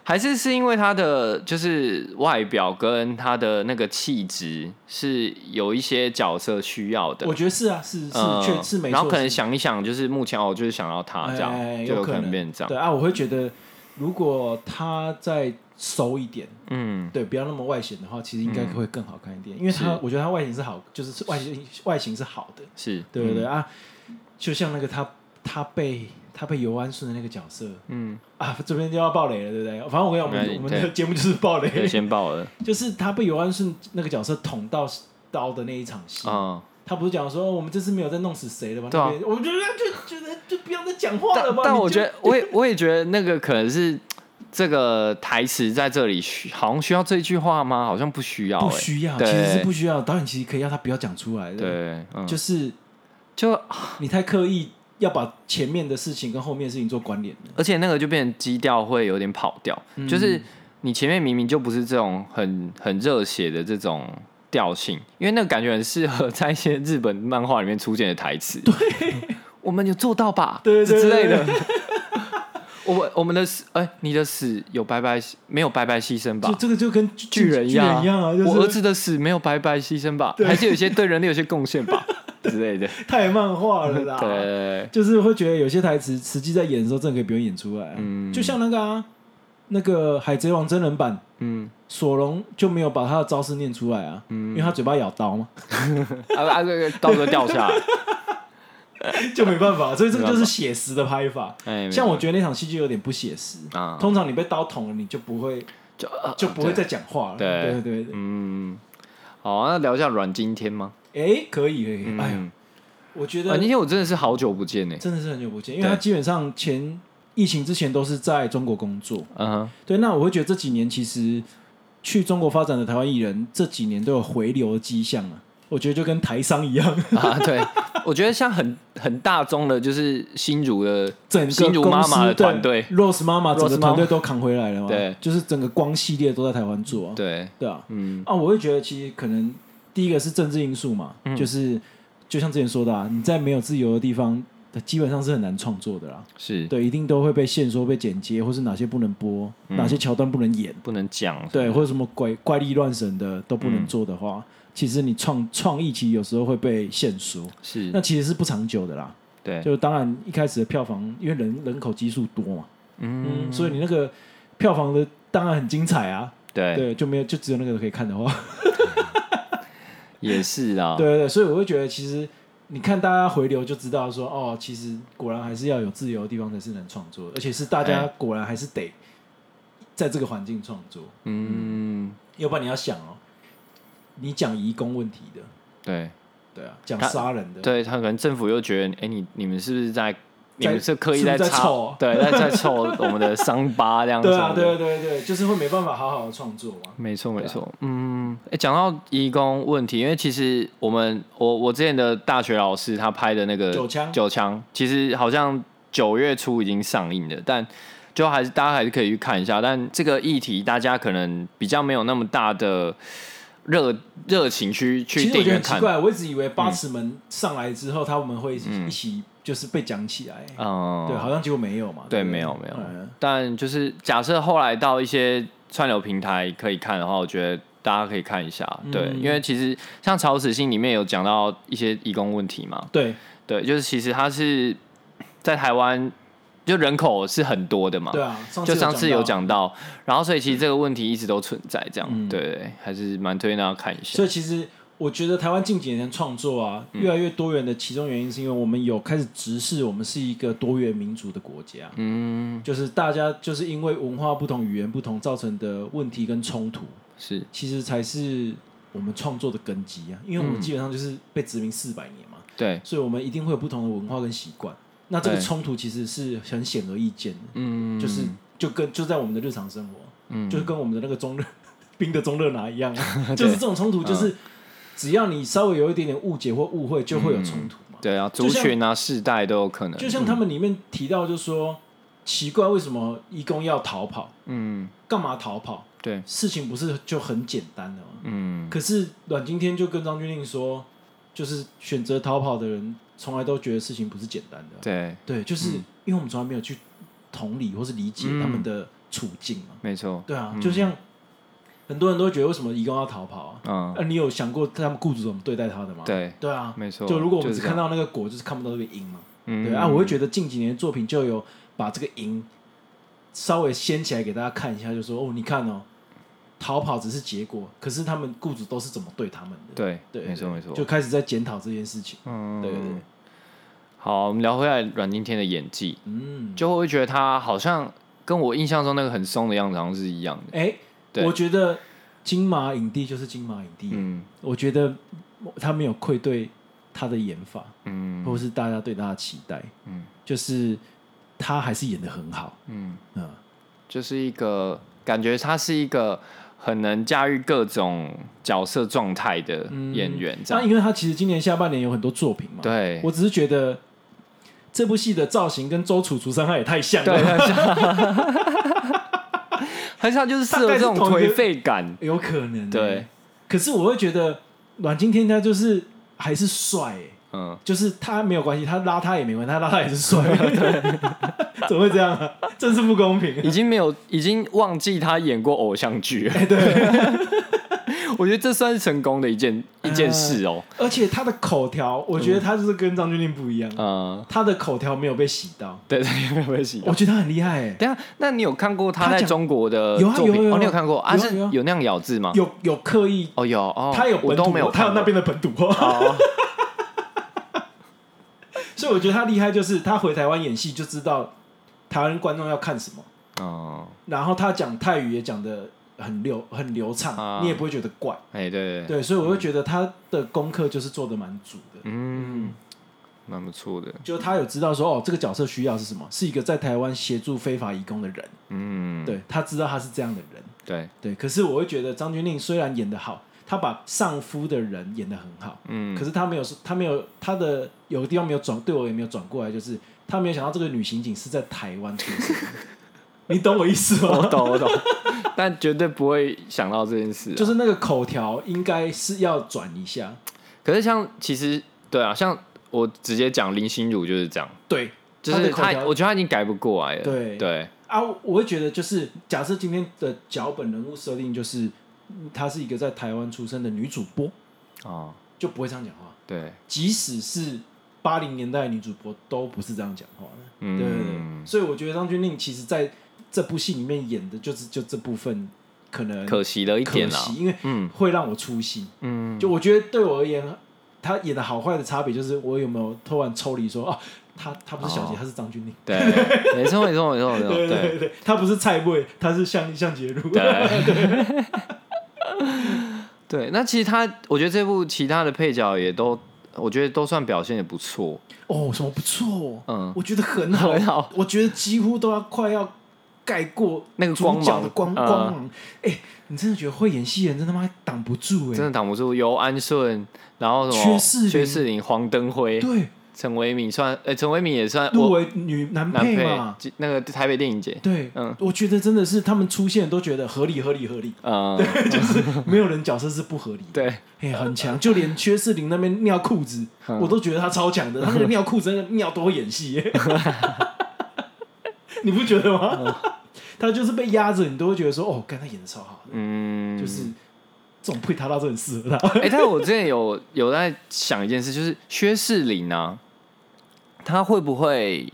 S1: 还是是因为他的就是外表跟他的那个气质是有一些角色需要的
S2: 我。觉得是啊，是是
S1: 嗯
S2: 确是没错，
S1: 然后可能
S2: 是
S1: 想一想，就是目前哦，我就是想要他这样，
S2: 哎
S1: 就
S2: 有
S1: 可
S2: 可
S1: 能变这样。
S2: 对啊，我会觉得如果他再熟一点，
S1: 嗯，
S2: 对，不要那么外显的话，其实应该会更好看一点，因为他
S1: 是
S2: 我觉得他外形是好，就是外形外形是好的，
S1: 是，
S2: 对不对、啊？就像那个他他被他被尤安顺的那个角色
S1: 嗯，
S2: 啊，这边就要爆雷了，对不对？反正我跟你讲，我
S1: 没
S2: 们我们
S1: 哎对
S2: 的节目就是爆
S1: 嗯，对，
S2: 雷，
S1: 先爆了
S2: 就是他被尤安顺那个角色捅到刀的那一场戏，
S1: 啊。
S2: 他不是讲说我们这次没有再弄死谁了吗？
S1: 对啊
S2: 那边我觉得就觉得就不要再讲话了
S1: 但
S2: 吧。
S1: 但
S2: 你
S1: 我
S2: 就
S1: 觉得，我也我也觉得那个可能是这个台词在这里需好像需要这一句话吗？好像不需要、欸，
S2: 不需要，
S1: 对
S2: 其实是不需要。导演其实可以让他不要讲出来的，
S1: 对，嗯、
S2: 就
S1: 就是就
S2: 你太刻意要把前面的事情跟后面的事情做关联了。嗯
S1: 而且那个就变成基调会有点跑调，就是你前面明明就不是这种很很热血的这种调性，因为那个感觉很适合在一些日本漫画里面出现的台词。对，我们有做到吧？
S2: 对对对
S1: 之类的。 我们我们的死，哎、你的死有白白没有白白牺牲吧
S2: 就？这个就跟巨
S1: 巨人一样啊，
S2: 巨人一样啊，就是
S1: 我儿子的死没有白白牺牲吧？还是有一些对人类有些贡献 吧之类的。
S2: 太漫画了啦。
S1: 对， 对，对
S2: 就是会觉得有些台词实际在演的时候，真的可以不用演出来啊、
S1: 嗯
S2: 就像那个啊，那个《海贼王》真人版，
S1: 嗯，
S2: 索隆就没有把他的招式念出来啊，因为他嘴巴咬刀嘛，
S1: 啊啊，这个刀都掉下来。
S2: 就没办 法，所以这个就
S1: 没办
S2: 是
S1: 法
S2: 写实的拍法。
S1: 哎，
S2: 像我觉得那场戏就有点不写实，
S1: 得啊，
S2: 通常你被刀捅了，你就不会
S1: 就呃
S2: 就不会再讲话了。
S1: 对
S2: 对对对，
S1: 嗯，好，那聊一下阮经天吗？
S2: 哎，可以可以，可以
S1: 嗯，
S2: 哎呀，我觉得
S1: 阮经天我真的是好久不见呢。
S2: 真的是很久不见，因为
S1: 对
S2: 他基本上前疫情之前都是在中国工作。
S1: 嗯哼，
S2: 对，那我会觉得这几年其实去中国发展的台湾艺人，这几年都有回流的迹象啊。我觉得就跟台商一样，
S1: 啊， 对，我觉得像很很大宗的，就是新竹的，
S2: 整
S1: 新
S2: 个
S1: 竹
S2: 公
S1: 妈妈
S2: 司
S1: 的团队
S2: ，Rose 妈妈整个
S1: Rose
S2: 团队
S1: 妈妈
S2: 都扛回来了嘛。
S1: 对
S2: 就是整个光系列都在台湾做啊。
S1: 对，
S2: 对啊，
S1: 嗯，
S2: 啊，我会觉得其实可能第一个是政治因素嘛，
S1: 嗯
S2: 就是就像之前说的啊，你在没有自由的地方，基本上是很难创作的啦。
S1: 是
S2: 对，一定都会被限缩、被剪接，或是哪些不能播，
S1: 嗯
S2: 哪些桥段不能演，
S1: 不能讲，
S2: 对，或者什么怪怪力乱神的都不
S1: 嗯
S2: 能做的话，其实你创创意其实有时候会被限缩，
S1: 是
S2: 那，其实是不长久的啦。
S1: 对，
S2: 就当然一开始的票房，因为人人口基数多嘛，
S1: 嗯，
S2: 嗯，所以你那个票房的当然很精彩啊，
S1: 对，哦
S2: 对，就没有就只有那个可以看的话，
S1: 也是啦，
S2: 对对对，所以我会觉得其实。你看大家回流就知道说哦，其实果然还是要有自由的地方才是能创作，而且是大家
S1: 哎
S2: 果然还是得在这个环境创作，
S1: 嗯，
S2: 要不然你要想哦，你讲移工问题的，
S1: 对，
S2: 对啊，讲
S1: 他
S2: 杀人的，
S1: 对他可能政府又觉得，哎，你你们是不是在，你们是刻意
S2: 是不是在
S1: 擦
S2: 凑啊，
S1: 对，在在凑我们的伤 疤这样子，
S2: 对啊，对对对对，就是会没办法好好的创作嘛。
S1: 没错，
S2: 对啊
S1: 没错。嗯，哎、讲到义工问题，因为其实我们我我之前的大学老师他拍的那个
S2: 九枪
S1: 九枪，其实好像九月初已经上映了，但就还是大家还是可以去看一下。但这个议题大家可能比较没有那么大的热热情去去
S2: 其实我
S1: 电影
S2: 觉
S1: 院
S2: 得很奇
S1: 看。嗯
S2: 怪，我一直以为八尺门上来之后，他们会一起就是被讲起来，
S1: 嗯，
S2: 对，好像结果没有嘛。
S1: 对
S2: 不
S1: 没有没有
S2: 嗯
S1: 但就是假设后来到一些串流平台可以看的话，我觉得大家可以看一下。对，
S2: 嗯
S1: 因为其实像《草死信》里面有讲到一些义工问题嘛，
S2: 对
S1: 对，就是其实它是在台湾，就人口是很多的嘛。
S2: 对啊，上
S1: 就上次有
S2: 到，
S1: 讲到，然后所以其实这个问题一直都存在，这样、
S2: 嗯
S1: 对对，还是蛮推荐大家看一下
S2: 所。以其实我觉得台湾近几年的创作啊，
S1: 嗯
S2: 越来越多元的，其中原因是因为我们有开始直视我们是一个多元民族的国家，
S1: 嗯，
S2: 就是大家就是因为文化不同、语言不同造成的问题跟冲突，
S1: 是
S2: 其实才是我们创作的根基啊。因为我
S1: 嗯
S2: 们基本上就是被殖民四百年嘛，
S1: 对，
S2: 所以我们一定会有不同的文化跟习惯。那这个
S1: 对
S2: 冲突其实是很显而易见的，
S1: 嗯，
S2: 就是就跟就在我们的日常生活，
S1: 嗯
S2: 就是跟我们的那个中热冰的中热拿一样、 啊，就是这种冲
S1: 嗯
S2: 突，就是只要你稍微有一点点误解或误会，就会有冲突嘛。
S1: 对啊，
S2: 就
S1: 族
S2: 像
S1: 群啊、世代都有可能。
S2: 就像他们里面提到，就说奇怪，为什么义工要逃跑？
S1: 嗯，
S2: 干嘛逃跑？
S1: 对，
S2: 事情不是就很简单的吗？
S1: 嗯，
S2: 可是阮经天就跟张钧甯说，就是选择逃跑的人，从来都觉得事情不是简单的啊。
S1: 对，
S2: 对，就是因为我们从来没有去同理或是理解
S1: 嗯
S2: 他们的处境嘛。
S1: 没错，
S2: 对啊，就像很多人都会觉得为什么义工要逃跑啊？
S1: 嗯，
S2: 啊，你有想过他们雇主怎么对待他的吗？，
S1: 对，
S2: 对啊，
S1: 没错
S2: 就如果我们
S1: 就是
S2: 只
S1: 这样
S2: 看到那个果，就是看不到那个因嘛。
S1: 嗯，
S2: 对啊，我会觉得近几年的作品就有把这个因稍微掀起来给大家看一下，就说哦，你看哦，逃跑只是结果，可是他们雇主都是怎么对他们的？
S1: 对，
S2: 对，
S1: 没错
S2: 对
S1: 没错，
S2: 就开始在检讨这件事情。
S1: 嗯，
S2: 对对对，
S1: 好，我们聊回来阮经天的演技，
S2: 嗯，
S1: 就会觉得他好像跟我印象中那个很松的样子好像是一样的。
S2: 哎，
S1: 对
S2: 我觉得金马影帝就是金马影帝，
S1: 嗯
S2: 我觉得他没有愧对他的演法，
S1: 嗯
S2: 或是大家对他的期待，
S1: 嗯
S2: 就是他还是演的很好，
S1: 嗯，
S2: 嗯，
S1: 就是一个感觉他是一个很能驾驭各种角色状态的演员，这
S2: 嗯那
S1: 样、
S2: 因为他其实今年下半年有很多作品嘛，
S1: 对
S2: 我只是觉得这部戏的造型跟周楚除三害也太像
S1: 对，
S2: 了，
S1: 他像 很少就是适合这种
S2: 大概是同一个
S1: 颓废感。
S2: 有可能、欸
S1: 对，，
S2: 可是我会觉得阮经天他就是还是帅、欸，
S1: 嗯，
S2: 就是他没有关系，他邋遢也没关系，他邋遢也 是帅， 怎么会这样啊？真是不公平、 欸
S1: 已经没有，已经忘记他演过偶像剧了。对， 我觉得这算是成功的一件
S2: 呃
S1: 一件事哦。
S2: 而且他的口条，我觉得他就是跟张钧甯不一样，
S1: 嗯，
S2: 他的口条没有被洗到，
S1: 对， 对，没有关系。
S2: 我觉得他很厉害、欸，
S1: 等一下，那你有看过他
S2: 他
S1: 在
S2: 讲
S1: 中国的
S2: 有啊
S1: 作
S2: 有有
S1: 品？
S2: 有
S1: 哦，你有看过啊？
S2: 有啊
S1: 是
S2: 有啊
S1: 有那样咬字吗？
S2: 有有刻意，
S1: 哦，有哦，
S2: 他有
S1: 我
S2: 本土
S1: 都没
S2: 话，
S1: 有
S2: 他
S1: 看
S2: 有
S1: 过，
S2: 那边的本土话，
S1: 哦，
S2: 所以我觉得他厉害就是他回台湾演戏就知道台湾观众要看什么，
S1: 哦，
S2: 然后他讲泰语也讲的很流很流畅，
S1: 啊
S2: 你也不会觉得怪。
S1: 哎，对对，
S2: 对，所以我会觉得他的功课就是做的蛮足的，
S1: 嗯，蛮不错的，
S2: 就他有知道说哦，这个角色需要是什么，是一个在台湾协助非法移工的人，
S1: 嗯，
S2: 对他知道他是这样的人，
S1: 对，
S2: 对。可是我会觉得张钧甯虽然演的好，他把丧夫的人演的很好，
S1: 嗯
S2: 可是他没有说他没有他的有个地方没有转，对我也没有转过来，就是他没有想到这个女刑警是在台湾出 生的，你懂我意思
S1: 我
S2: 吗？
S1: 懂我懂， 但绝对不会想到这件事啊。
S2: 就是那个口条应该是要转一下，
S1: 可是像其实对啊，像我直接讲林心如就是这样，
S2: 对，
S1: 就
S2: 他
S1: 是
S2: 的口
S1: 他，
S2: 条
S1: 我觉得他已经改不过来了。
S2: 对
S1: 对，
S2: 啊，我会觉得就是，假设今天的脚本人物设定就是，嗯她是一个在台湾出生的女主播，
S1: 哦，
S2: 就不会这样讲话。
S1: 对，
S2: 即使是八零年代的女主播，都不是这样讲话的。对对对，
S1: 嗯，
S2: 所以我觉得张钧甯其实在这部戏里面演的就是就这部分可能
S1: 可惜了一
S2: 可
S1: 点啦。
S2: 惜，因为
S1: 嗯
S2: 会让我出戏。
S1: 嗯，
S2: 就我觉得对我而言，她演的好坏的差别就是我有没有突然抽离说啊，她她不是小杰，
S1: 哦
S2: 她是张钧甯。
S1: 对，没错没错没错没错，
S2: 对 对
S1: 对
S2: 对，她不是蔡妹，她是向向杰如。
S1: 对。 对，那其实他，我觉得这部其他的配角也都，我觉得都算表现也不错。
S2: 哦，什么不错、
S1: 嗯
S2: 我觉得很好，
S1: 很好
S2: 我觉得几乎都要快要盖过
S1: 那个
S2: 主
S1: 光
S2: 角
S1: 芒
S2: 的光
S1: 呃
S2: 光芒。哎、你真的觉得会演戏的人真他妈挡不住哎、
S1: 真的挡不住尤安顺，然后什
S2: 薛
S1: 么
S2: 仕凌
S1: 薛世林、黄登辉、
S2: 对，
S1: 陈维敏算，呃，陈维敏也算
S2: 入
S1: 我
S2: 围女男
S1: 男
S2: 配
S1: 配
S2: 嘛，，
S1: 即那个台北电影节，
S2: 对，
S1: 嗯
S2: 我觉得真的是他们出现都觉得合理合理合理，
S1: 呃，
S2: 没有人角色是不合理的。
S1: 对，
S2: 哎、很强，就连薛仕凌那边尿裤子，
S1: 嗯
S2: 我都觉得他超强的。他那个尿裤子，那个尿多演 戏耶，你不觉得吗？ 他就是被压着，你都会觉得说，哦，刚他演的超好，
S1: 嗯，
S2: 就是这种配搭到就很适合他。
S1: 哎、但我之前有有在想一件事，就是薛仕凌啊，他会不会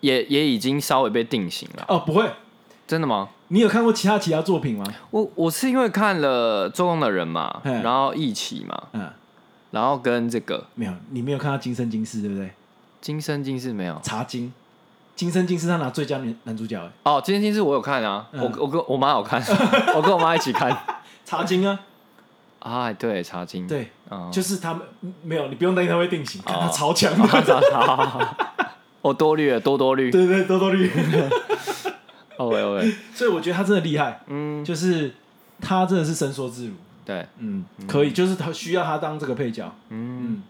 S1: 也也已经稍微被定型了？
S2: 哦，不会，
S1: 真的吗？
S2: 你有看过其他其他作品吗？
S1: 我我是因为看了《做工的人》嘛，
S2: 嗯
S1: 然后《一起》嘛，
S2: 嗯，
S1: 然后跟这个《
S2: 没有，你没有看到《今生今世》对不对？
S1: 今生今世》没有。
S2: 茶经，《今生今世》他拿最佳女男主角，哎，
S1: 哦，今天今世我有看啊，
S2: 嗯
S1: 我我跟我妈有看，我跟我妈一起 看。
S2: 茶经啊，哦
S1: 哎，对，茶经，，
S2: 对，
S1: 嗯，
S2: 就是他们没有，你不用担心他会定型，看他
S1: 哦
S2: 超强，
S1: 好好好好好 我多虑了，多多虑。
S2: 对对，多多绿。
S1: 哦喂哦喂，
S2: 所以我觉得他真的厉害，
S1: 嗯，
S2: 就是他真的是伸缩自如，
S1: 对，
S2: 嗯，可以，就是他需要他当这个配角，
S1: 嗯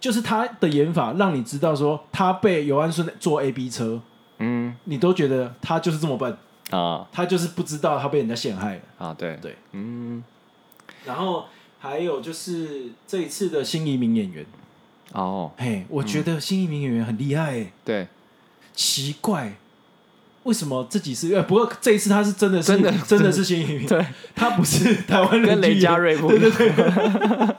S2: 就是他的演法让你知道说他被尤安顺坐 A B 车，
S1: 嗯
S2: 你都觉得他就是这么笨，
S1: 啊
S2: 他就是不知道他被人家陷害了。
S1: 啊，对
S2: 对，
S1: 嗯
S2: 然后还有就是这一次的新移民演员，嗯
S1: 哦，
S2: 嘿，我觉得新移民演员很厉害、欸，
S1: 对，
S2: 奇怪。为什么自己是？呃，不过这一次他是真的是
S1: 真的
S2: 真的是新移 民，
S1: 对，
S2: 他不是台湾
S1: 跟
S2: 人去演，
S1: 雷佳瑞不一样，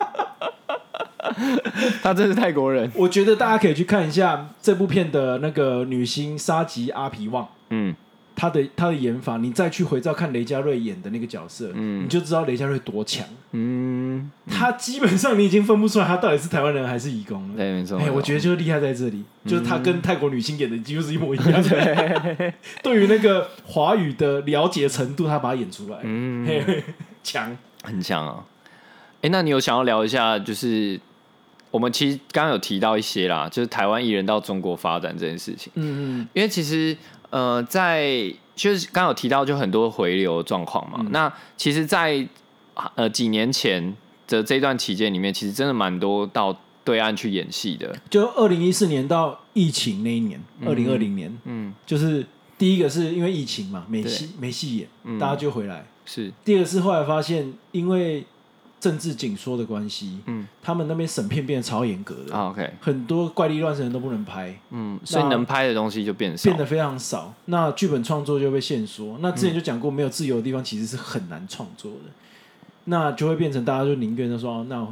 S1: 他真是泰国人，
S2: 我觉得大家可以去看一下这部片的那个女星沙吉阿皮旺，
S1: 嗯
S2: 她的她的演法，你再去回照看雷佳瑞演的那个角色，
S1: 嗯
S2: 你就知道雷佳瑞多强。
S1: 嗯，
S2: 他基本上你已经分不出来他到底是台湾人还是移工了。
S1: 对，没错，嗯
S2: 哎，我觉得就是厉害在这里，就是他跟泰国女星演的几乎是一模一 样。对于那个华语的了解程度，他把它演出来，
S1: 嗯
S2: 嘿嘿强。
S1: 很 强啊。哎，那你有想要聊一下，就是我们其实刚刚有提到一些啦，就是台湾艺人到中国发展这件事情。
S2: 嗯嗯
S1: 因为其实呃，在就是刚刚有提到，就很多回流的状况嘛。那其实在，呃几年前的这段期间里面，其实真的蛮多到对岸去演戏的。
S2: 就二零一四年到疫情那一年，二零二零年，
S1: 嗯，
S2: 就是第一个是因为疫情嘛，没戏没戏演，
S1: 嗯
S2: 大家就回来。
S1: 是，
S2: 第二个是后来发现，因为政治紧缩的关系，
S1: 嗯，
S2: 他们那边审片变得超严格的，
S1: 啊，OK，
S2: 很多怪力乱神的都不能拍，
S1: 嗯，所以能拍的东西就变少嗯
S2: 变，得非常少。那剧本创作就被限缩。那之前就讲过，没有自由的地方其实是很难创作的。那就会变成大家就宁愿就说哦，那我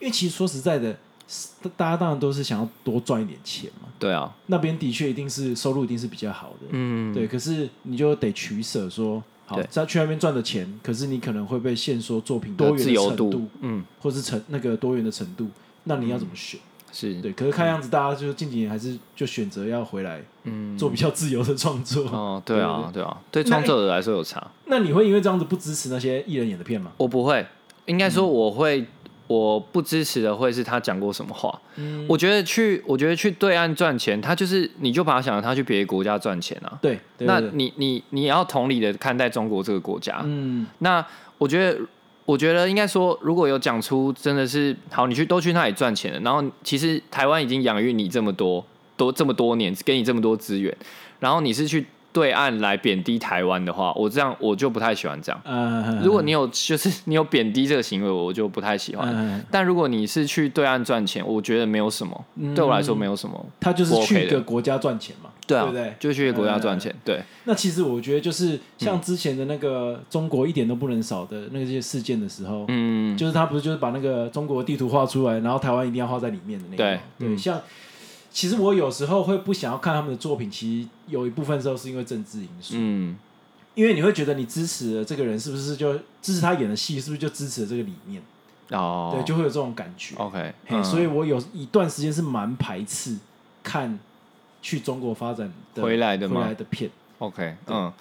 S2: 因为其实说实在的，是大家当然都是想要多赚一点钱嘛。
S1: 对啊，
S2: 那边的确一定是收入一定是比较好的，
S1: 嗯，
S2: 对。可是你就得取舍说，好
S1: 对，
S2: 他去那边赚的钱，可是你可能会被限缩作品的
S1: 多
S2: 多元
S1: 自
S2: 的
S1: 由
S2: 程
S1: 度
S2: 度，，
S1: 嗯，
S2: 或是程那个多元的程度，那你要怎么选？
S1: 是，
S2: 对，可是看样子大家就近几年还是就选择要回来
S1: 嗯，
S2: 做比较自由的创作。
S1: 哦，对啊，对啊，对创作者来说有差。
S2: 那你会因为这样子不支持那些艺人演的片吗？
S1: 我不会，应该说我会，我不支持的会是他讲过什么话。
S2: 嗯
S1: 我觉得去，我觉得去对岸赚钱，他就是你就把他想成他去别的国家赚钱啊。
S2: 对，对
S1: 那
S2: 对对
S1: 你你你要同理的看待中国这个国家。
S2: 嗯，
S1: 那我觉得，我觉得应该说，如果有讲出真的是好，你去都去那里赚钱了，然后其实台湾已经养育你这么多多这么多年，给你这么多资源，然后你是去对岸来贬低台湾的话，我这样我就不太喜欢这样。
S2: 呃，
S1: 如果你有就是你有贬低这个行为，我就不太喜欢。
S2: 嗯
S1: 但如果你是去对岸赚钱，我觉得没有什么，
S2: 嗯
S1: 对我来说没有什么。
S2: 他就是
S1: 我 OK
S2: 去一
S1: 的
S2: 个国家赚钱嘛，
S1: 对啊，
S2: 不对？嗯
S1: 就去国家赚钱，对，
S2: 那其实我觉得就是
S1: 嗯
S2: 像之前的那个中国一点都不能少的那些事件的时候，
S1: 嗯，
S2: 就是他不是就是把那个中国地图画出来，然后台湾一定要画在里面的那个嘛，
S1: 对
S2: 对，
S1: 嗯
S2: 像。其实我有时候会不想要看他们的作品，其实有一部分时候是因为政治因素，
S1: 嗯，
S2: 因为你会觉得你支持了这个人，是不是就支持他演的戏，是不是就支持了这个理念？
S1: 哦，
S2: 对，就会有这种感觉。
S1: OK，
S2: 嘿
S1: 嗯
S2: 所以我有一段时间是蛮排斥看去中国发展的
S1: 回来的吗
S2: 回来的片。
S1: OK，嗯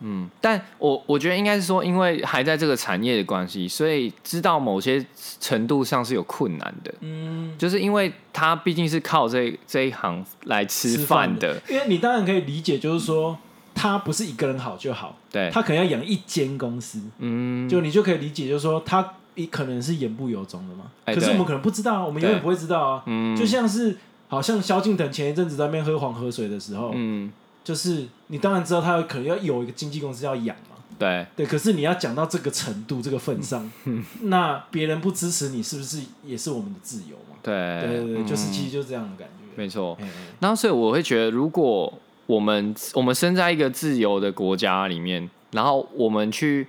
S1: 嗯，但我我觉得应该是说，因为还在这个产业的关系，所以知道某些程度上是有困难的，
S2: 嗯，
S1: 就是因为他毕竟是靠这这一行来吃饭的，
S2: 因为你当然可以理解，就是说他不是一个人好就好，
S1: 对，
S2: 他可能要养一间公司，
S1: 哎嗯，
S2: 就你就可以理解，就是说他也可能是言不由衷的嘛。
S1: 哎
S2: 可是
S1: 对
S2: 我们可能不知道啊，我们永远不会知道啊。
S1: 嗯
S2: 就像是好像萧敬腾前一阵子在那边喝黄河水的时候，
S1: 嗯，
S2: 就是你当然知道他可能要有一个经纪公司要养嘛。
S1: 对，
S2: 对，可是你要讲到这个程度、这个份上，
S1: 嗯
S2: 那别人不支持你，是不是也是我们的自由嘛？
S1: 对
S2: 对对对，就是
S1: 嗯
S2: 其实就这样的感觉。
S1: 没错。
S2: 哎哎
S1: 然后，所以我会觉得，如果我们我们身在一个自由的国家里面，然后我们去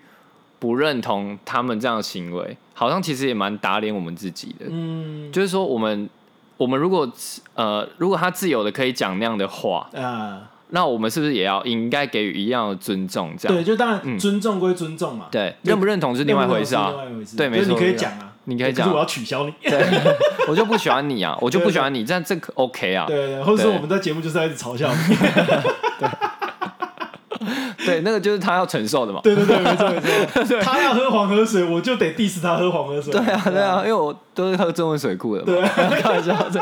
S1: 不认同他们这样的行为，好像其实也蛮打脸我们自己的。
S2: 嗯
S1: 就是说，我们我们如果呃，如果他自由的可以讲那样的话，
S2: 啊，
S1: 那我们是不是也要应该给予一样的尊重？这样
S2: 对，就当
S1: 嗯
S2: 然尊重归尊重嘛，
S1: 对，
S2: 对
S1: 认不认同是另外一回事
S2: 另
S1: 啊。
S2: 外一回事
S1: 对没
S2: 就是
S1: 错
S2: 你可
S1: 对
S2: 以
S1: 啊
S2: 讲啊，
S1: 你可以
S2: 可
S1: 讲
S2: 是我要取消你，对
S1: 对， 我就不喜欢你啊，我就不喜欢你，这样这个 OK 啊。
S2: 对对，或者说
S1: 对
S2: 我们在节目就是在一直嘲笑你，
S1: 对，那个就是他要承受的嘛。
S2: 对对对，没错 没错，他要喝黄河水，我就得 diss 他喝黄河水，
S1: 对啊，对啊，因为我都是喝中文水库的嘛。
S2: 对
S1: 开玩笑，这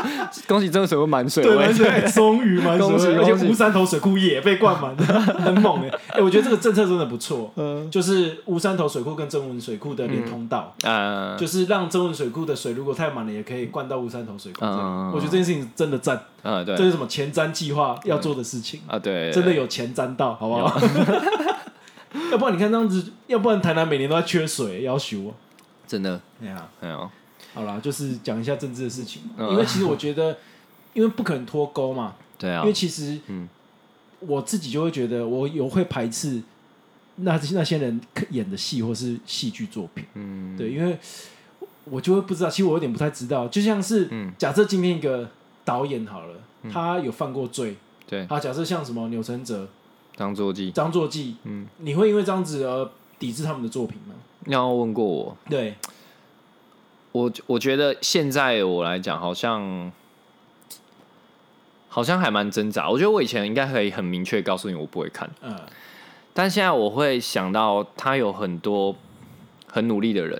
S1: 恭喜中文水库满水
S2: 对，
S1: 位
S2: 满。水终于满
S1: 恭喜
S2: 水位，而且
S1: 恭喜
S2: 乌山头水库也被灌满，很 猛哎！哎，我觉得这个政策真的不错，
S1: 嗯
S2: 就是乌山头水库跟正文水库的连通道，
S1: 呃，
S2: 就是让正文水库的水如果太满了，也可以灌到乌山头水库这里。
S1: 嗯
S2: 我觉得这件事情真的赞，
S1: 嗯，
S2: 这
S1: 对
S2: 是什么前瞻计划要做的事情，
S1: 啊，对，
S2: 真的有前瞻到，好不好？ 要不然你看这样子，要不然台南每年都在缺水，要修哦。
S1: 真的，
S2: 哎呀，
S1: 哎呦，
S2: 好啦，就是讲一下政治的事情，
S1: 嗯
S2: 因为其实我觉得，因为不可能脱钩嘛，
S1: 对啊
S2: 因为，其实，
S1: 嗯
S2: 我自己就会觉得我有会排斥那那些人演的戏或是戏剧作品，
S1: 嗯，
S2: 对，因为我就会不知道，其实我有点不太知道，就像是、
S1: 嗯
S2: 假设今天一个导演好了，他有犯过罪，
S1: 对，
S2: 好，假设像什么钮承泽、
S1: 张作骥，
S2: 张作骥，
S1: 嗯，
S2: 你会因为这样子而抵制他们的作品吗？
S1: 要问过我，
S2: 对，
S1: 我我觉得现在我来讲，好像好像还蛮挣扎。我觉得我以前应该可以很明确告诉你我不会看，
S2: 嗯
S1: 但现在我会想到他有很多很努力的人，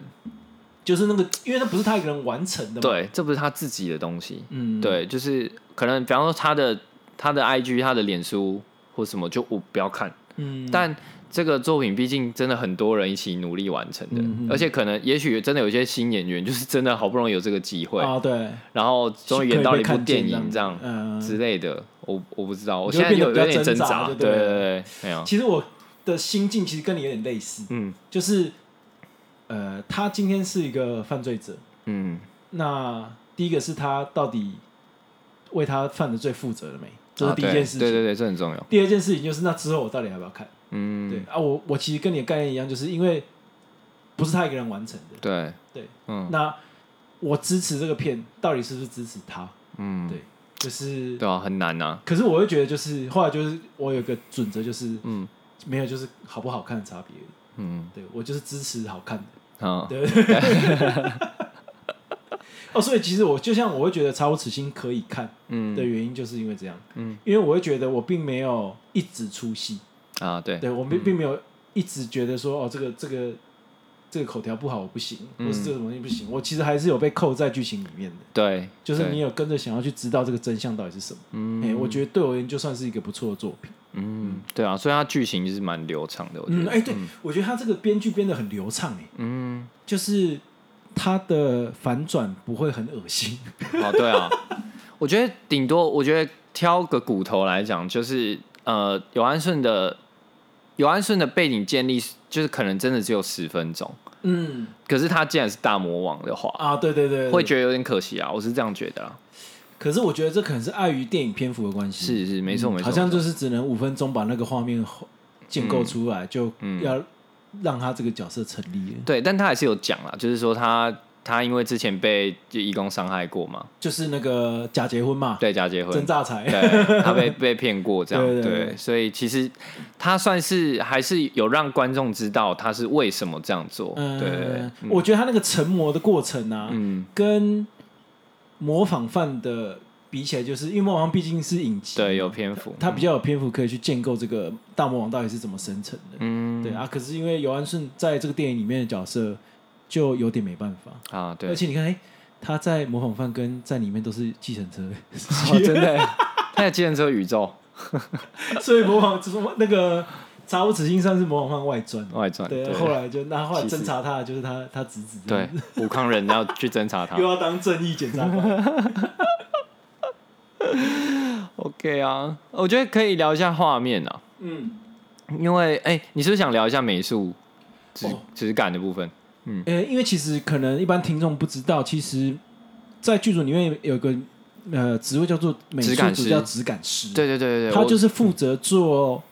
S2: 就是那个，因为那不是他一个人完成的嘛，，
S1: 对，这不是他自己的东西，
S2: 嗯，
S1: 对，就是可能比方说他的他的 IG、他的脸书或什么，就我不要看，
S2: 嗯，
S1: 但这个作品毕竟真的很多人一起努力完成的，
S2: 嗯嗯
S1: 而且可能也许真的有些新演员就是真的好不容易有这个机会，
S2: 啊，对，
S1: 然后终于
S2: 可以
S1: 演到了
S2: 被
S1: 一部
S2: 看见
S1: 电影这样
S2: 嗯，
S1: 之类的，我我不知道，我
S2: 就
S1: 现在
S2: 变得
S1: 有
S2: 比较
S1: 有点挣
S2: 挣扎
S1: 扎，
S2: 就
S1: 对
S2: 对
S1: 对
S2: 了
S1: 对，没有，
S2: 其实我的心境其实跟你有点类似，
S1: 嗯
S2: 就是呃，他今天是一个犯罪者，
S1: 嗯，
S2: 那第一个是他到底为他犯的罪负责了没？这
S1: 啊
S2: 是第一件事情。
S1: 对对对对，这很重要，
S2: 第二件事情就是那之后我到底还要不要看？
S1: 嗯，
S2: 对啊，我我其实跟你的概念一样，就是因为不是他一个人完成的。
S1: 对
S2: 对，
S1: 嗯
S2: 那我支持这个片，到底是不是支持他？
S1: 嗯，
S2: 对，就是。
S1: 对啊，很难呐，
S2: 可是我会觉得，就是后来就是我有一个准则，就是
S1: 嗯
S2: 没有就是好不好看的差别而已。
S1: 嗯，
S2: 对我就是支持好看的。
S1: 好，
S2: 对。 哦，所以其实我就像我会觉得《查无此心》可以看的
S1: 嗯
S2: 原因，就是因为这样，
S1: 嗯
S2: 因为我会觉得我并没有一直出戏，
S1: 啊，对，
S2: 对我并并没有一直觉得说哦，这个这个这个口条不好，我不行，或
S1: 嗯
S2: 是这个东西不行，我其实还是有被扣在剧情里面的，
S1: 对，
S2: 就是
S1: 对
S2: 你，有跟着想要去知道这个真相到底是什么。
S1: 嗯
S2: 哎，我觉得对我而言就算是一个不错的作品。
S1: 嗯，对啊，所以它剧情就是蛮流畅的，我 觉
S2: 嗯，
S1: 得，
S2: 哎，对，我觉得他这个编剧编的很流畅，哎，
S1: 嗯，
S2: 就是他的反转不会很恶心。
S1: 哦，对啊，我觉得顶多，我觉得挑个骨头来讲，就是呃，尤安顺的尤安顺的背景建立，就是可能真的只有十分钟，
S2: 嗯
S1: 可是他既然是大魔王的话，
S2: 啊，对对对，对
S1: 会觉得有点可惜啊，我是这样觉得啦。
S2: 可是我觉得这可能是碍于电影篇幅的关系，
S1: 是是，没错
S2: 嗯
S1: 没错，
S2: 好像
S1: 没
S2: 就
S1: 错
S2: 是只能五分钟把那个画面建构出来，就
S1: 嗯
S2: 要让他这个角色成立了。
S1: 对，但他还是有讲啦，就是说他他因为之前被就义工伤害过嘛，
S2: 就是那个假结婚嘛，
S1: 对假结婚
S2: 真，榨财，
S1: 对，他 被被骗过这样，
S2: 对对对
S1: 对，所以其实他算是还是有让观众知道他是为什么这样做，对对对
S2: 嗯，，我觉得他那个成魔的过程啊，
S1: 嗯，
S2: 跟模仿犯的比起来，就是因为模仿犯毕竟是影集，
S1: 对，有篇幅，
S2: 他比较有篇幅可以去建构这个大魔王到底是怎么生成的。
S1: 嗯，
S2: 对啊，可是因为尤安顺在这个电影里面的角色就有点没办法，
S1: 啊，对
S2: 而，且你看，哎、他在模仿犯跟在里面都是计程车，
S1: 哦真 的，他的计程车宇宙
S2: 所以模仿就是那个查无此心算是模仿犯外传。
S1: 外传，
S2: 对，
S1: 对，
S2: 后来就那后来
S1: 其实
S2: 侦查他的就是他他侄子，
S1: 对，武康人要去侦查 他
S2: 又要当正义检察官。
S1: ，OK 啊，我觉得可以聊一下画面啊，
S2: 嗯，
S1: 因为哎，你是不是想聊一下美术质
S2: 哦
S1: 质感的部分？
S2: 呃，因为其实可能一般听众不知道，其实，在剧组里面有个呃职位叫做美术
S1: 质感
S2: 组，
S1: 师
S2: 叫质感师，
S1: 对对对对对，
S2: 他
S1: 我
S2: 就是负责做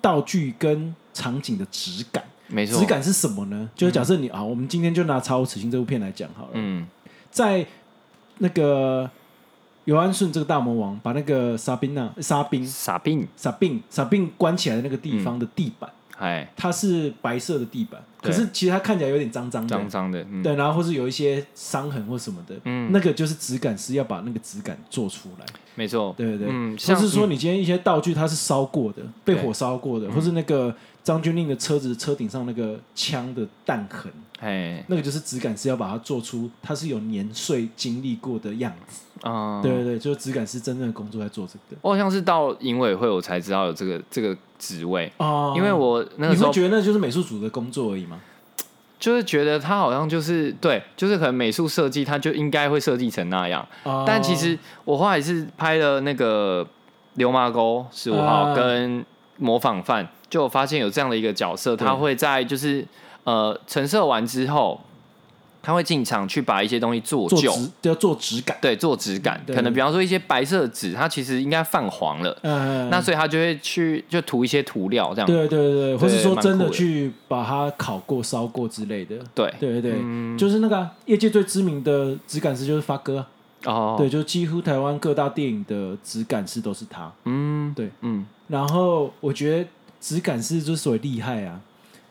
S2: 道具跟场景的质感。
S1: 没错
S2: 质，感是什么呢？就是假设你、啊，我们今天就拿《查无此心》这部片来讲好了。
S1: 嗯
S2: 在那个尤安顺这个大魔王把那个沙宾娜、沙宾、
S1: 傻病，
S2: 沙宾、沙宾关起来的那个地
S1: 嗯
S2: 方的地板，
S1: 哎，
S2: 它是白色的地板，
S1: 对
S2: 可是其实它看起来有点脏脏的，
S1: 脏脏的，嗯
S2: 对，然后或是有一些伤痕或什么的，
S1: 嗯，
S2: 那个就是质感师要把那个质感做出来，
S1: 没错，
S2: 对对对。
S1: 嗯，
S2: 或
S1: 像
S2: 是说，
S1: 嗯
S2: 你今天一些道具它是烧过的，被
S1: 对
S2: 火烧过的，或是那个张钧甯的车子车顶上那个枪的弹痕，
S1: 哎，
S2: 那个就是质感师要把它做出它是有年岁经历过的样子。
S1: 啊，
S2: 对对对，就是质感师真正的工作在做这个
S1: 我好哦像是到营委会我才知道有这个这个职位，
S2: 哦
S1: 因为我那个
S2: 你
S1: 时
S2: 会
S1: 候
S2: 觉得那就是美术组的工作而已吗？
S1: 就是觉得他好像就是对，就是可能美术设计他就应该会设计成那样，
S2: 哦
S1: 但其实我后来是拍了那个流麻沟十五号
S2: 啊
S1: 跟模仿犯，就我发现有这样的一个角色，
S2: 对
S1: 他会在就是呃陈设完之后，他会进场去把一些东西做
S2: 做
S1: 旧。
S2: 质要做质感，
S1: 对，做质感，
S2: 对
S1: 可能比方说一些白色的纸，它其实应该泛黄了，
S2: 嗯，
S1: 那所以他就会去就涂一些涂料这样。
S2: 对对对，或是
S1: 对
S2: 说
S1: 蛮
S2: 真
S1: 酷
S2: 的
S1: 的
S2: 去把它烤过、烧过之类的。
S1: 对
S2: 对对对，就是那个啊、业界最知名的质感师就是发哥啊，
S1: 哦，
S2: 对，就几乎台湾各大电影的质感师都是他。
S1: 嗯，
S2: 对，
S1: 嗯，
S2: 然后我觉得质感师之所以厉害啊，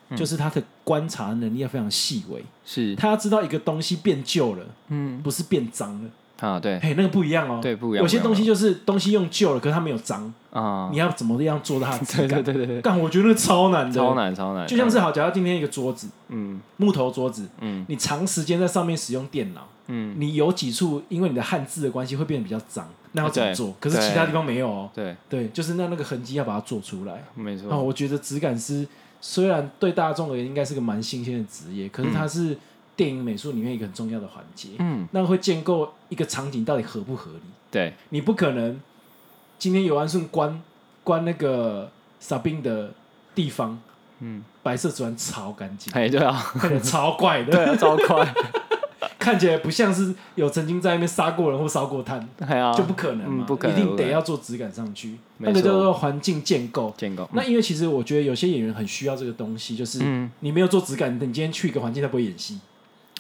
S1: 嗯
S2: 就是他的观察能力要非常细微，
S1: 是，
S2: 他要知道一个东西变旧了，
S1: 嗯，
S2: 不是变脏了，
S1: 啊，对，
S2: 嘿，那个不一样哦。
S1: 对不一样
S2: 有些
S1: 不一样
S2: 东西就是东西用旧了，可是它没有脏，
S1: 啊
S2: 你，要怎么样做到它的
S1: 对对
S2: 质感？
S1: 对对对，
S2: 干，我觉得那个超难的，
S1: 超。难超难，
S2: 就像是好，假如今天一个桌子，
S1: 嗯
S2: 木头桌子，
S1: 嗯
S2: 你长时间在上面使用电脑，
S1: 嗯，
S2: 你有几处因为你的汉字的关系会变得比较脏，那要怎么
S1: 哎对
S2: 做？可是其他地方没有哦。
S1: 对，
S2: 对，就是那那个痕迹要把它做出来。哦
S1: 没错，
S2: 哦，我觉得质感师虽然对大众而言应该是个蛮新鲜的职业，可是它是电影美术里面一个很重要的环节，
S1: 嗯，
S2: 那会建构一个场景到底合不合理。
S1: 对，
S2: 你不可能今天尤安顺关关那个傻兵的地方，
S1: 嗯，
S2: 白色纸碗超干 净，
S1: 哎，对啊，
S2: 看起来超怪
S1: 对
S2: 的，
S1: 啊，超 快，
S2: 看起来不像是有曾经在那边杀过人或烧过炭，
S1: 哎呀，
S2: 就不可能嘛，
S1: 嗯不可能
S2: 一
S1: 不
S2: 定
S1: 可
S2: 得
S1: 能
S2: 要做质感上去，
S1: 没
S2: 那个叫
S1: 错
S2: 做环境建构。
S1: 建构，
S2: 那因为其实我觉得有些演员很需要这个东西，就是
S1: 嗯，
S2: 你没有做质感，你今天去一个环境，他不会演戏，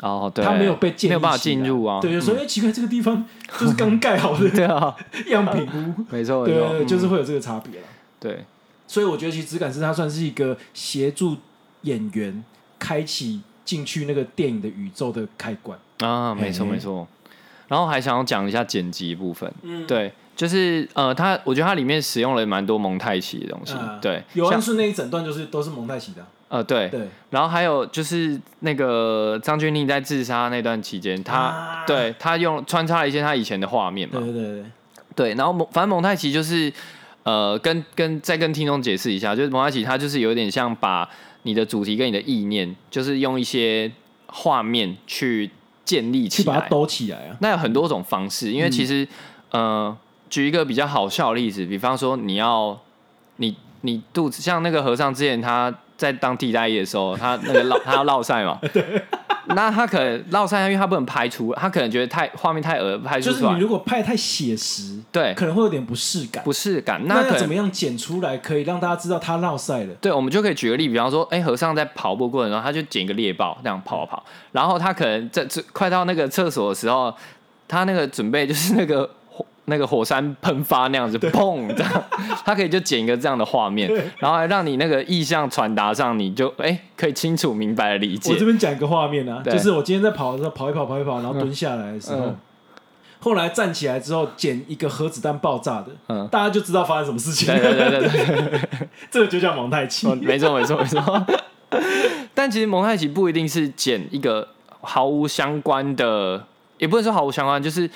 S1: 哦，对，
S2: 他没有被建立
S1: 没有办法
S2: 起来
S1: 进入啊，
S2: 对，就说哎奇怪，这个地方就是刚盖好 的
S1: 对啊，
S2: 样 品屋，
S1: 没错，
S2: 对
S1: 没
S2: 对，
S1: 错
S2: 对就是
S1: 嗯
S2: 会有这个差别了。
S1: 对，
S2: 所以我觉得其实质感师他算是一个协助演员开启进去那个电影的宇宙的开关。
S1: 啊，没错
S2: 嘿嘿
S1: 没错。然后还想要讲一下剪辑部分，
S2: 嗯，
S1: 对，就是呃，它我觉得它里面使用了蛮多蒙太奇的东西，
S2: 啊
S1: 对，
S2: 尤安
S1: 像
S2: 顺那一整段就是都是蒙太奇的啊，
S1: 呃对，
S2: 对，
S1: 然后还有就是那个张钧甯在自杀那段期间，他、
S2: 啊
S1: 对他用穿插了一些他以前的画面嘛
S2: 对，对对对，
S1: 对，然后蒙反正蒙太奇就是呃，跟跟再跟听众解释一下，就是蒙太奇它就是有点像把你的主题跟你的意念，就是用一些画面去建立起
S2: 去把它
S1: 来。
S2: 兜嗯起来啊。
S1: 那有很多种方式，因为其实、呃，举一个比较好笑的例子，比方说你要你你肚子像那个和尚之前他在当替代役的时候，他那个 烙他要烙晒嘛，那他可能烙晒，因为他不能拍出，他可能觉得太画面太恶拍出
S2: 就是
S1: 出来，
S2: 你如果拍得太写实，
S1: 对
S2: 可能会有点不适感。
S1: 不适感，
S2: 那
S1: 可
S2: 要怎么
S1: 能。
S2: 样剪出来可以让大家知道他落赛了？
S1: 对，我们就可以举个例，比方说，哎，和尚在跑步过程中，他就捡一个猎豹，这样跑啊跑，然后他可能在这快到那个厕所的时候，他那个准备就是那个火那个火山喷发那样子，砰这样，他可以就剪一个这样的画面，然后还让你那个意象传达上，你就哎可以清楚明白的理
S2: 我
S1: 解
S2: 这，边讲一个画面啊，
S1: 对
S2: 就是我今天在跑的时候跑一跑跑一跑，然后蹲下来的时候，
S1: 嗯
S2: 后来站起来之后捡一个核子弹爆炸的，
S1: 嗯
S2: 大家就知道发生什么事情
S1: 对
S2: 了。
S1: 对对对对。
S2: 这个就叫蒙太奇。
S1: 哦，没错没错没错。 但其实蒙太奇不一定是剪一个毫无相关的，也不能说毫无相关，就是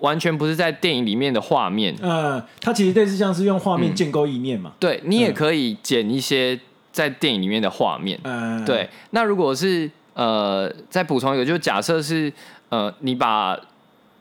S1: 完全不是在电影里面的画面。
S2: 呃，它其实类似像是用画
S1: 嗯
S2: 面建构意念嘛。
S1: 对你也可以剪一些在电影里面的画面。
S2: 呃，
S1: 对，那如果是呃，再补充一个，就是假设是呃，你把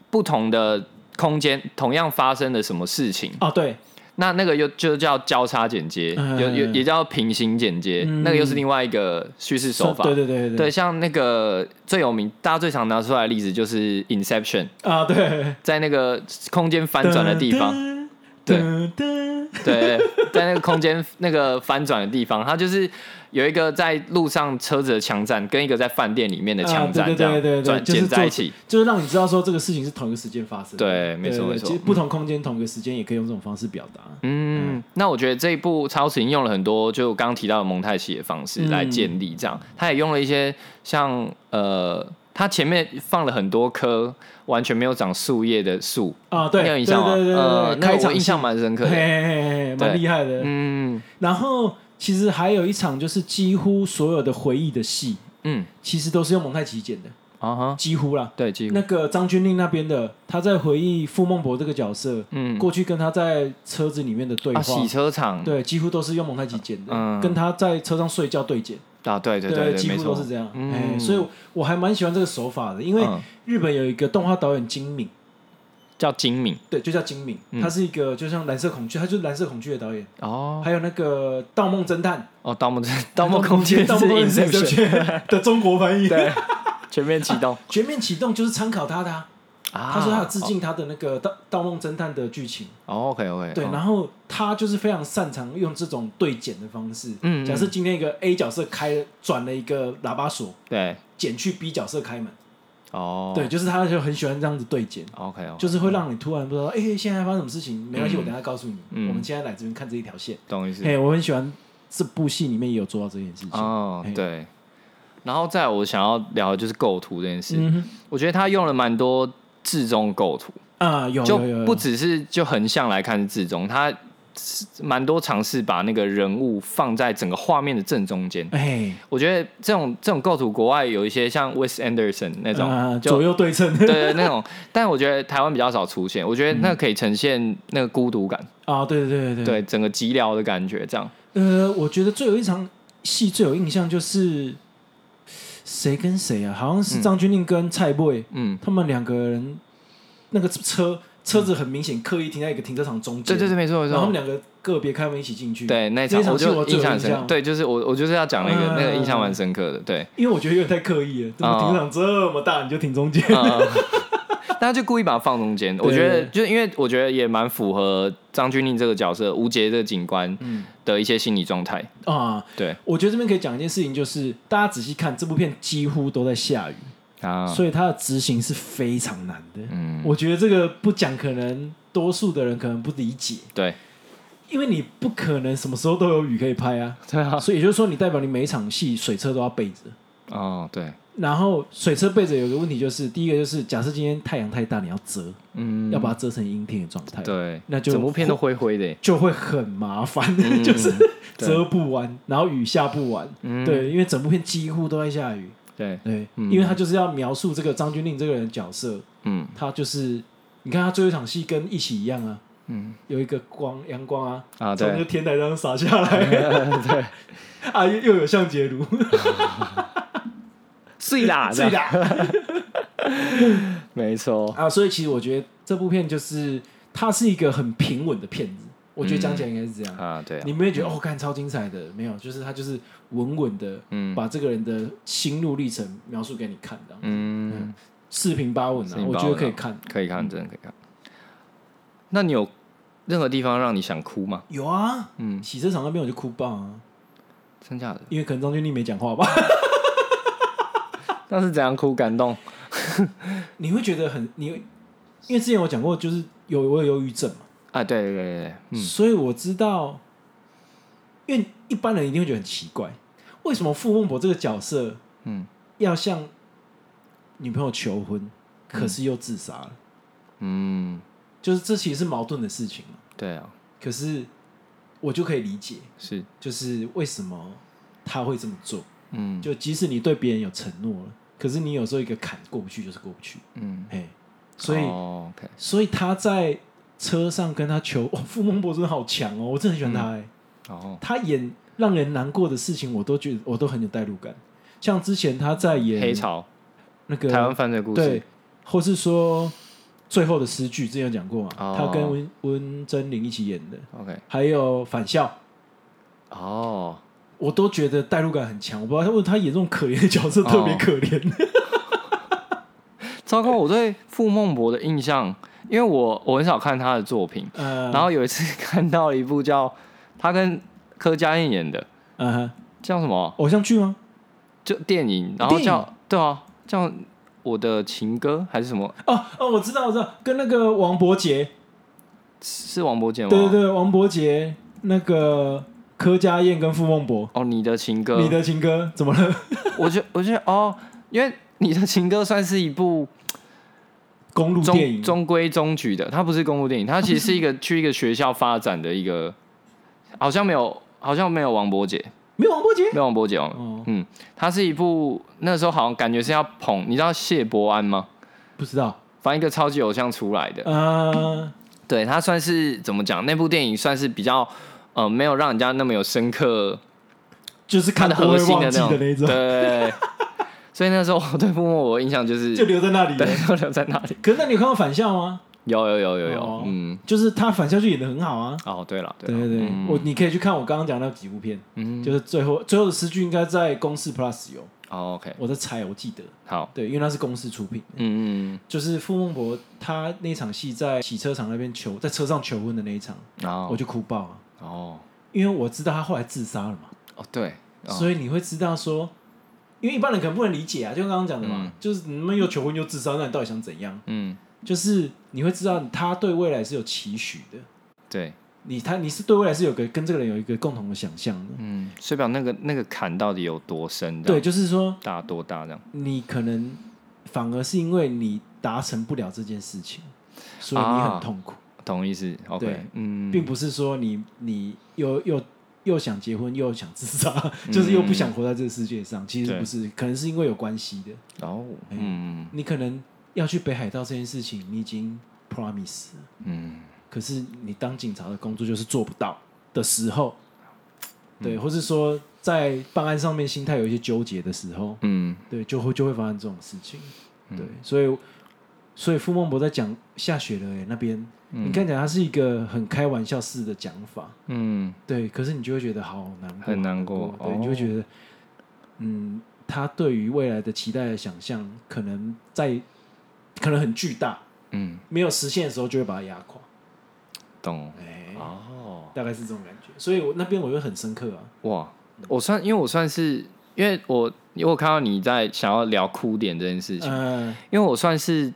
S1: 不同的空间同样发生了什么事情，
S2: 哦，对，
S1: 那那个又就叫交叉剪接，
S2: 嗯
S1: 有有也叫平行剪接，
S2: 嗯
S1: 那个又是另外一个叙事手法。
S2: 对对对
S1: 对，像那个最有名、大家最常拿出来的例子就是《Inception》，
S2: 啊，对，
S1: 在那个空间翻转的地方，
S2: 噔，
S1: 对
S2: 噔噔
S1: 对，在那个空间那个翻转的地方，它就是有一个在路上车子的枪战，跟一个在饭店里面的
S2: 啊
S1: 枪战这
S2: 对对对
S1: 样
S2: 对对
S1: 转，
S2: 就是
S1: 剪在
S2: 做
S1: 一起。
S2: 就是让你知道说这个事情是同一个时间发生的。
S1: 对没错
S2: 对
S1: 没错
S2: 其实不同空间、同一个时间也可以用这种方式表达。
S1: 嗯，那我觉得这一部超时用了很多，就我刚刚提到的蒙太奇的方式
S2: 嗯
S1: 来建立这样，他也用了一些像呃，他前面放了很多棵完全没有长树叶的树，
S2: 啊，对，
S1: 你有
S2: 对
S1: 印
S2: 对
S1: 象吗？
S2: 对对
S1: 呃
S2: 对，，
S1: 那
S2: 开
S1: 个我
S2: 场
S1: 印象
S2: 戏
S1: 蛮深刻
S2: 嘿
S1: 的。
S2: 嘿嘿嘿蛮
S1: 对
S2: 厉害的。
S1: 嗯
S2: 然后其实还有一场就是几乎所有的回忆的戏，
S1: 嗯
S2: 其实都是用蒙太奇剪的，
S1: 啊哈，
S2: 几乎啦。
S1: 对，几乎
S2: 那个张钧甯那边的，他在回忆傅孟博这个角色，
S1: 嗯
S2: 过去跟他在车子里面的对话，
S1: 啊洗车场
S2: 对，几乎都是用蒙太奇剪的，
S1: 嗯
S2: 跟他在车上睡觉对剪，
S1: 啊，对对对，
S2: 几
S1: 没
S2: 乎都
S1: 错
S2: 是，这样。哎、
S1: 嗯
S2: 所以我我还蛮喜欢这个手法的，因为
S1: 嗯
S2: 日本有一个动画导演金敏，
S1: 叫精明
S2: 对，就叫金敏，
S1: 嗯
S2: 他是一个就像蓝色恐惧，他就是蓝色恐惧的导演，
S1: 哦
S2: 还有那个《盗梦侦探》《
S1: 哦，盗墓 盗墓空间是
S2: 盗梦空间
S1: Inception，
S2: 的中国翻译，《
S1: 对，全面启动
S2: 全面启动》就是参考他的、啊，
S1: 啊 哦
S2: 他说他有致敬他的那个《盗盗梦侦探》的剧情。
S1: ，OK OK，
S2: 对，然后他就是非常擅长用这种对剪的方式。
S1: 嗯嗯
S2: 假设今天一个 A 角色开了转了一个喇叭锁，
S1: 对
S2: 剪去 B 角色开门。
S1: 哦，
S2: 对，就是他就很喜欢这样子对剪，
S1: OK OK，
S2: 就是会让你突然不知道，哎、现在发生什么事情？没关系，我等一下告诉你。
S1: 嗯
S2: 我们现在来这边看这一条线。
S1: 懂意思
S2: 哎、我很喜欢这部戏里面也有做到这件事情。
S1: 哦
S2: 嘿，
S1: 对。然后再来我想要聊的就是构图这件事，
S2: 嗯哼
S1: 我觉得他用了蛮多至中构图，
S2: 啊，有
S1: 就
S2: 有有有
S1: 不只是就横向来看是至中，他是蛮多尝试把那个人物放在整个画面的正中间。
S2: 哎、
S1: 我觉得这种这种构图，国外有一些像 Wes Anderson 那种，
S2: 啊
S1: 就
S2: 左右对称
S1: 对对那种，但我觉得台湾比较少出现。我
S2: 嗯
S1: 觉得那可以呈现那个孤独感，
S2: 啊，对对对对
S1: 对整个寂寥的感觉，这样。
S2: 呃，我觉得最有一场戏最有印象就是谁跟谁啊？好像是张钧甯跟蔡贝、
S1: 嗯，
S2: 他们两个人，那个车车子很明显刻意停在一个停车场中间，
S1: 对对对，没错没
S2: 然后他们
S1: 错。
S2: 两个个别开门一起进去，，
S1: 对那一
S2: 那一场
S1: 我
S2: 戏
S1: 就
S2: 我最有
S1: 象很
S2: 印
S1: 深刻，
S2: 象
S1: 对，就是我我就是要讲那个、
S2: 嗯
S1: 那个印象蛮深刻的，对，
S2: 因为我觉得有点太刻意了，怎么
S1: 哦
S2: 停车场这么大你就停中间？
S1: 嗯，大家就故意把它放中间，我觉得
S2: 对
S1: 就是因为我觉得也蛮符合张钧甯这个角色吴杰这个警官
S2: 嗯
S1: 的一些心理状态，
S2: 啊，
S1: 对
S2: 我觉得这边可以讲一件事情，就是大家仔细看这部片几乎都在下雨，
S1: 啊，
S2: 所以它的执行是非常难的。
S1: 嗯，
S2: 我觉得这个不讲，可能多数的人可能不理解，
S1: 对，
S2: 因为你不可能什么时候都有雨可以拍 啊。
S1: 对啊，
S2: 所以也就是说，你代表你每一场戏水车都要备着。
S1: 哦，对，
S2: 然后水车备着有个问题就是，第一个就是假设今天太阳太大，你要遮，
S1: 嗯，
S2: 要把它遮成阴天的状态，
S1: 对，
S2: 那就
S1: 整部片都灰灰的耶，
S2: 就会很麻烦， 就是
S1: 嗯对
S2: 遮不完，然后雨下不完。
S1: 嗯，
S2: 对，因为整部片几乎都在下雨。
S1: 对，
S2: 对，
S1: 嗯
S2: 因为他就是要描述这个张钧甯这个人的角色，
S1: 嗯
S2: 他就是你看他最后一场戏跟一起一样啊，
S1: 嗯
S2: 有一个光阳光啊，
S1: 啊，
S2: 从那个
S1: 对，
S2: 天台上洒 下来，对， 啊又又有向杰如，
S1: 醉 啦，
S2: 对
S1: 这样
S2: 啦，
S1: 没错，
S2: 啊，所以其实我觉得这部片就是它是一个很平稳的片子，我觉得讲起来应该是这样，
S1: 啊，对啊，
S2: 你没有觉得哦，看超精彩的，没有，就是他就是稳稳的
S1: 嗯
S2: 把这个人的心路历程描述给你看的，
S1: 嗯，
S2: 四平八稳
S1: 四
S2: 啊，
S1: 平
S2: 我
S1: 八
S2: 觉得
S1: 稳
S2: 可以
S1: 啊
S2: 看。
S1: 可以看，真的可以看。那你有任何地方让你想哭吗？
S2: 有啊，
S1: 嗯，
S2: 洗车场那边我就哭爆啊，
S1: 真假的？
S2: 因为可能张钧甯没讲话吧，
S1: 那是怎样哭感动？
S2: 你会觉得很你，因为之前我讲过，就是有我有忧郁症嘛，
S1: 啊，对对对对，嗯，
S2: 所以我知道，因为一般人一定会觉得很奇怪，为什么傅孟博这个角色，
S1: 嗯，
S2: 要向女朋友求婚，可是又自杀了，
S1: 嗯，
S2: 就是这其实是矛盾的事情嘛，
S1: 对啊，
S2: 可是我就可以理解，
S1: 是，
S2: 就是为什么他会这么做，
S1: 嗯
S2: 就即使你对别人有承诺了，可是你有时候一个坎过不去就是过不去。
S1: 嗯，
S2: 哎，所以、
S1: 哦，OK，
S2: 所以他在车上跟他求， 哦，傅孟博真的好强哦，我真的很喜欢他哎、
S1: 哦，
S2: 他演让人难过的事情，我都觉得我都很有代入感。像之前他在演
S1: 黑潮
S2: 那个
S1: 台湾犯罪故
S2: 对
S1: 事，，
S2: 或是说最后的诗句，之前有讲过嘛，
S1: 哦
S2: 他跟温温真菱一起演的，
S1: ，OK，
S2: 还有返校。
S1: 哦，
S2: 我都觉得代入感很强，我不知道他为什么他演这种可怜的角色
S1: 哦
S2: 特别可怜。
S1: 糟糕，我对傅孟博的印象，因为我我很少看他的作品，
S2: 呃，
S1: 然后有一次 看到一部叫他跟柯佳燕演的，
S2: 嗯哼，
S1: 叫什么？
S2: 偶像剧吗？
S1: 就电影，然后
S2: 电影
S1: 叫对啊，叫我的情歌还是什么？
S2: 哦哦，我知道，我知道，跟那个王伯杰，
S1: 是王伯健吗？
S2: 对对对，王伯杰那个柯佳燕跟傅孟博，
S1: 哦，你的情歌，
S2: 你的情歌怎么了？
S1: 我觉我觉得哦，因为你的情歌算是一部
S2: 公路电
S1: 中
S2: 影
S1: 中规中矩的，它不是公路电影，它 其实是一个去一个学校发展的一个，好像没有，好像没有王伯杰，
S2: 没有王伯杰
S1: 没有王伯杰哦，
S2: 哦，
S1: 嗯，它是一部那时候好像感觉是要捧，你知道谢伯安吗？
S2: 不知道，
S1: 反正一个超级偶像出来的，
S2: 呃，
S1: 对他算是怎么讲？那部电影算是比较呃，没有让人家那么有深刻
S2: 啊就是看
S1: 的
S2: 不
S1: 核
S2: 会
S1: 心
S2: 忘记
S1: 种，
S2: 那一种，
S1: 对。 所以那时候我对默默我的印象就是
S2: 就留在那里了。
S1: 对，都留在那里。
S2: 可是那你有看到返校吗？
S1: 有有有有有，
S2: 哦
S1: 嗯，
S2: 就是他返校就演的很好啊。
S1: 哦，对了，
S2: 对
S1: 了
S2: 对对，
S1: 嗯
S2: 我你可以去看我刚刚讲那几部片，
S1: 嗯，
S2: 就是最后最后的诗句应该在公式 Plus 有，
S1: 哦，OK，
S2: 我在猜，我记得，
S1: 好，
S2: 对，因为那是公式出品，
S1: 嗯嗯
S2: 就是傅孟博他那场戏在洗车场那边求，在车上求婚的那一场，
S1: 嗯，然
S2: 我
S1: 后
S2: 就哭爆啊，
S1: 哦
S2: 因为我知道他后来自杀了嘛，
S1: 哦对，哦
S2: 所以你会知道说，因为一般人可能不能理解啊，就刚刚讲的嘛，
S1: 嗯
S2: 就是你们又求婚又自杀，那你到底想怎样？
S1: 嗯
S2: 就是你会知道他对未来是有期许的，
S1: 对，
S2: 你他你是对未来是有个跟这个人有一个共同的想象的，
S1: 嗯，所以表那个那个坎到底有多深？这
S2: 对，
S1: 样，
S2: 就是说
S1: 大多大这样？
S2: 你可能反而是因为你达成不了这件事情，所以你
S1: 啊
S2: 很痛苦，
S1: 同意思
S2: 对
S1: ？OK，嗯，
S2: 并不是说你你又又又想结婚又想自杀，就是又不想活在这个世界上，其实
S1: 嗯对
S2: 不是，可能是因为有关系的，
S1: 然后嗯
S2: 你可能要去北海道这件事情，你已经 promise 了，
S1: 嗯
S2: 可是你当警察的工作就是做不到的时候，对，或是说在办案上面心态有一些纠结的时候，
S1: 嗯，
S2: 对，就会就会发生这种事情。
S1: 嗯
S2: 对，所以所以傅孟博在讲下雪了、欸，那边、你看起来他是一个很开玩笑式的讲法，
S1: 嗯，
S2: 对，可是你就会觉得好难过，
S1: 很难
S2: 过
S1: 过，哦
S2: 对，你就会觉得，嗯，他对于未来的期待的想象，可能在可能很巨大，
S1: 嗯，
S2: 没有实现的时候就会把它压垮，
S1: 懂
S2: 哎、
S1: 哦，
S2: 大概是这种感觉，所以我那边我就很深刻啊，
S1: 哇，我算，因为我算是，因为我因为我看到你在想要聊哭点这件事情，
S2: 嗯、
S1: 因为我算是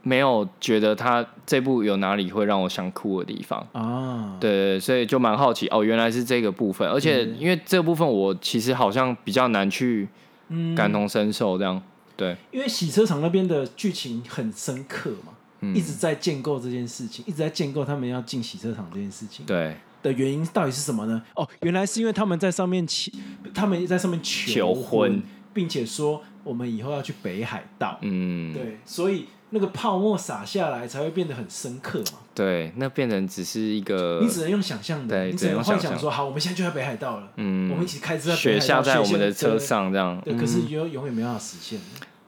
S1: 没有觉得他这部有哪里会让我想哭的地方。
S2: 啊，
S1: 对对，对所以就蛮好奇哦，原来是这个部分，而且
S2: 嗯
S1: 因为这部分我其实好像比较难去
S2: 嗯，
S1: 感同身受，这样、对，
S2: 因为洗车场那边的剧情很深刻嘛，
S1: 嗯
S2: 一直在建构这件事情，一直在建构他们要进洗车场这件事情
S1: 对，
S2: 的原因到底是什么呢？哦，原来是因为他们在上面起，他们在上面求
S1: 求婚
S2: 并且说我们以后要去北海道，
S1: 嗯，
S2: 对，所以那个泡沫洒下来才会变得很深刻嘛。
S1: 对，那变成只是一个
S2: 你只能用想象的，
S1: 呃对
S2: 你只能
S1: 只能
S2: 幻
S1: 用想
S2: 想
S1: 象
S2: 说，好，我们现在就在北海道了，
S1: 嗯
S2: 我们一起开车在北
S1: 雪
S2: 海
S1: 下
S2: 道，
S1: 在我们的
S2: 雪下
S1: 车，上哦这样，嗯
S2: 对，对可是永永远没办法实现。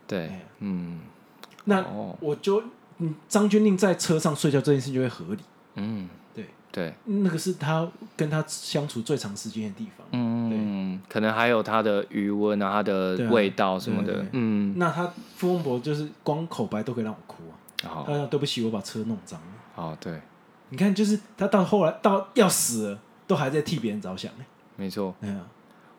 S1: 对
S2: 哎，
S1: 嗯
S2: 那
S1: 哦
S2: 我就，嗯，张钧甯在车上睡觉这件事就会合理，
S1: 嗯，
S2: 对，
S1: 对，
S2: 那个是他跟他相处最长时间的地方。
S1: 嗯，可能还有它的余温啊，它的
S2: 对啊
S1: 味道什么
S2: 对
S1: 的
S2: 对，
S1: 嗯，
S2: 那他傅孟博就是光口白都可以让我哭啊，他
S1: 好，
S2: 说对不起，我把车弄脏了。
S1: 好，对，
S2: 你看，就是他到后来到要死了，都还在替别人着想、欸。
S1: 没错。
S2: 哎呀，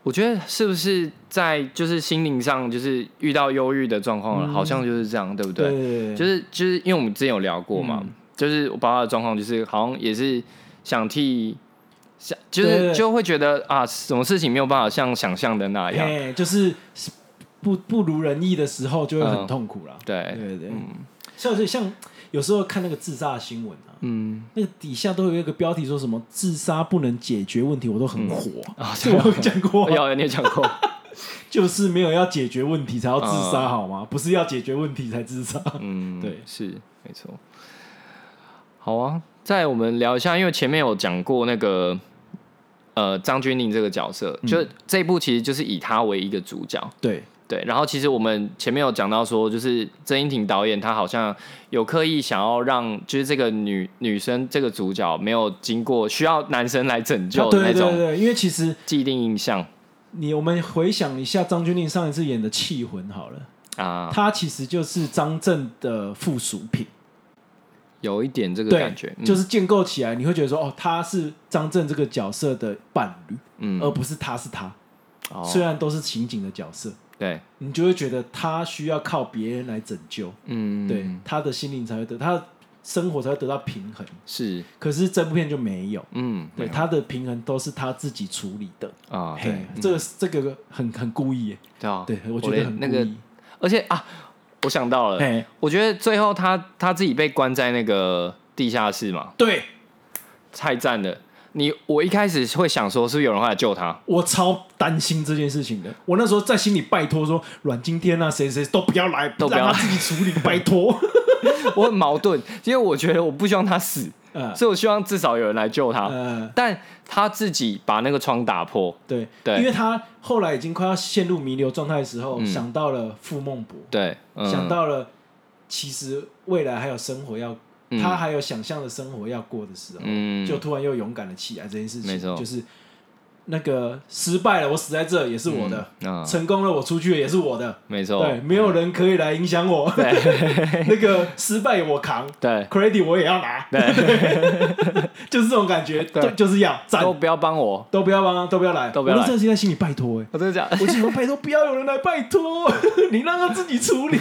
S1: 我觉得是不是在就是心灵上，就是遇到忧郁的状况了，
S2: 嗯
S1: 好像就是这样，对不
S2: 对
S1: 对？
S2: 对对，
S1: 就是是就是因为我们之前有聊过嘛，
S2: 嗯
S1: 就是我爸爸的状况，就是好像也是想替想，就
S2: 对对
S1: 是
S2: 对
S1: 就会觉得啊，什么事情没有办法像想象的那样，
S2: 哎，就是不不如人意的时候，就会很
S1: 嗯
S2: 痛苦啦。
S1: 对
S2: 对对对，
S1: 嗯
S2: 像是像有时候看那个自杀的新闻啊，
S1: 嗯，
S2: 那个底下都有一个标题说什么“自杀不能解决问题”，我都很火
S1: 啊
S2: 这我有讲过
S1: 我，有你有讲 过，
S2: 就是没有要解决问题才要自杀，
S1: 嗯
S2: 好吗？不是要解决问题才自杀。
S1: 嗯，
S2: 对
S1: 是没错。好啊，再我们聊一下，因为前面有讲过那个呃张钧甯这个角
S2: 嗯
S1: 色，就这一部其实就是以他为一个主角。
S2: 对，
S1: 对，然后其实我们前面有讲到说，就是曾荫庭导演他好像有刻意想要让，就是这个女女生这个主角没有经过需要男生来拯
S2: 啊
S1: 救的
S2: 对对
S1: 那
S2: 对
S1: 种
S2: 对，因为其实
S1: 既定印象
S2: 你我们回想一下张钧甯上一次演的《气魂》好了，
S1: 啊，
S2: 他其实就是张震的附属品，
S1: 有一点这个
S2: 对，
S1: 感觉，嗯
S2: 就是建构起来，你会觉得说，哦，他是张震这个角色的伴侣，
S1: 嗯，
S2: 而不是他是他。虽
S1: 哦，
S2: 然呃都是啊情景的角色，
S1: 对，
S2: 你就会觉得他需要靠别人来拯救，
S1: 嗯，
S2: 对，他的心灵才会得，他的生活才会得到平衡。
S1: 是，
S2: 可是这部片就没有，
S1: 嗯，
S2: 对，他的平衡都是他自己处理的。
S1: 啊，
S2: 嘿
S1: 对，
S2: 这个这个很很故意耶，
S1: 对啊，
S2: 对我觉得
S1: 连
S2: 很
S1: 那
S2: 故
S1: 个，呃
S2: 意。
S1: 而且啊，我想到了，
S2: 哎，
S1: 我觉得最后他他自己被关在那个地下室嘛，
S2: 对
S1: 太赞了。你我一开始会想说，是不是有人会来救他？
S2: 我超担心这件事情的。我那时候在心里拜托说，阮经天啊，谁谁都不要来，
S1: 都不要
S2: 让
S1: 来
S2: 他自己 处理，拜托。
S1: 我很矛盾，因为我觉得我不希望他死，
S2: 呃
S1: 所以我希望至少有人来救他。
S2: 呃，
S1: 但他自己把那个窗打破，
S2: 对
S1: 对
S2: 因为他后来已经快要陷入弥留状态的时候，
S1: 嗯
S2: 想到了傅孟博，
S1: 对，嗯
S2: 想到了其实未来还有生活要，
S1: 嗯
S2: 他还有想象的生活要过的时候，
S1: 嗯，
S2: 就突然又勇敢了起来。这件事情，
S1: 没错
S2: 就是那个失败了，我死在这也是我的；
S1: 嗯啊，
S2: 成功了，我出去了也是我的。
S1: 没错，
S2: 对，没有人可以来影响 我。 那个失败我扛
S1: 对，
S2: ，credit 我也要拿。 就是这种感觉，
S1: 对
S2: 对，就是要赞，
S1: 都不要帮我，
S2: 都不要帮，啊都不要来，
S1: 都不要来
S2: 我真的是在心里拜托哎、
S1: 我真的 讲，
S2: 我就想拜托，不要有人来拜托， 你让他自己处 理。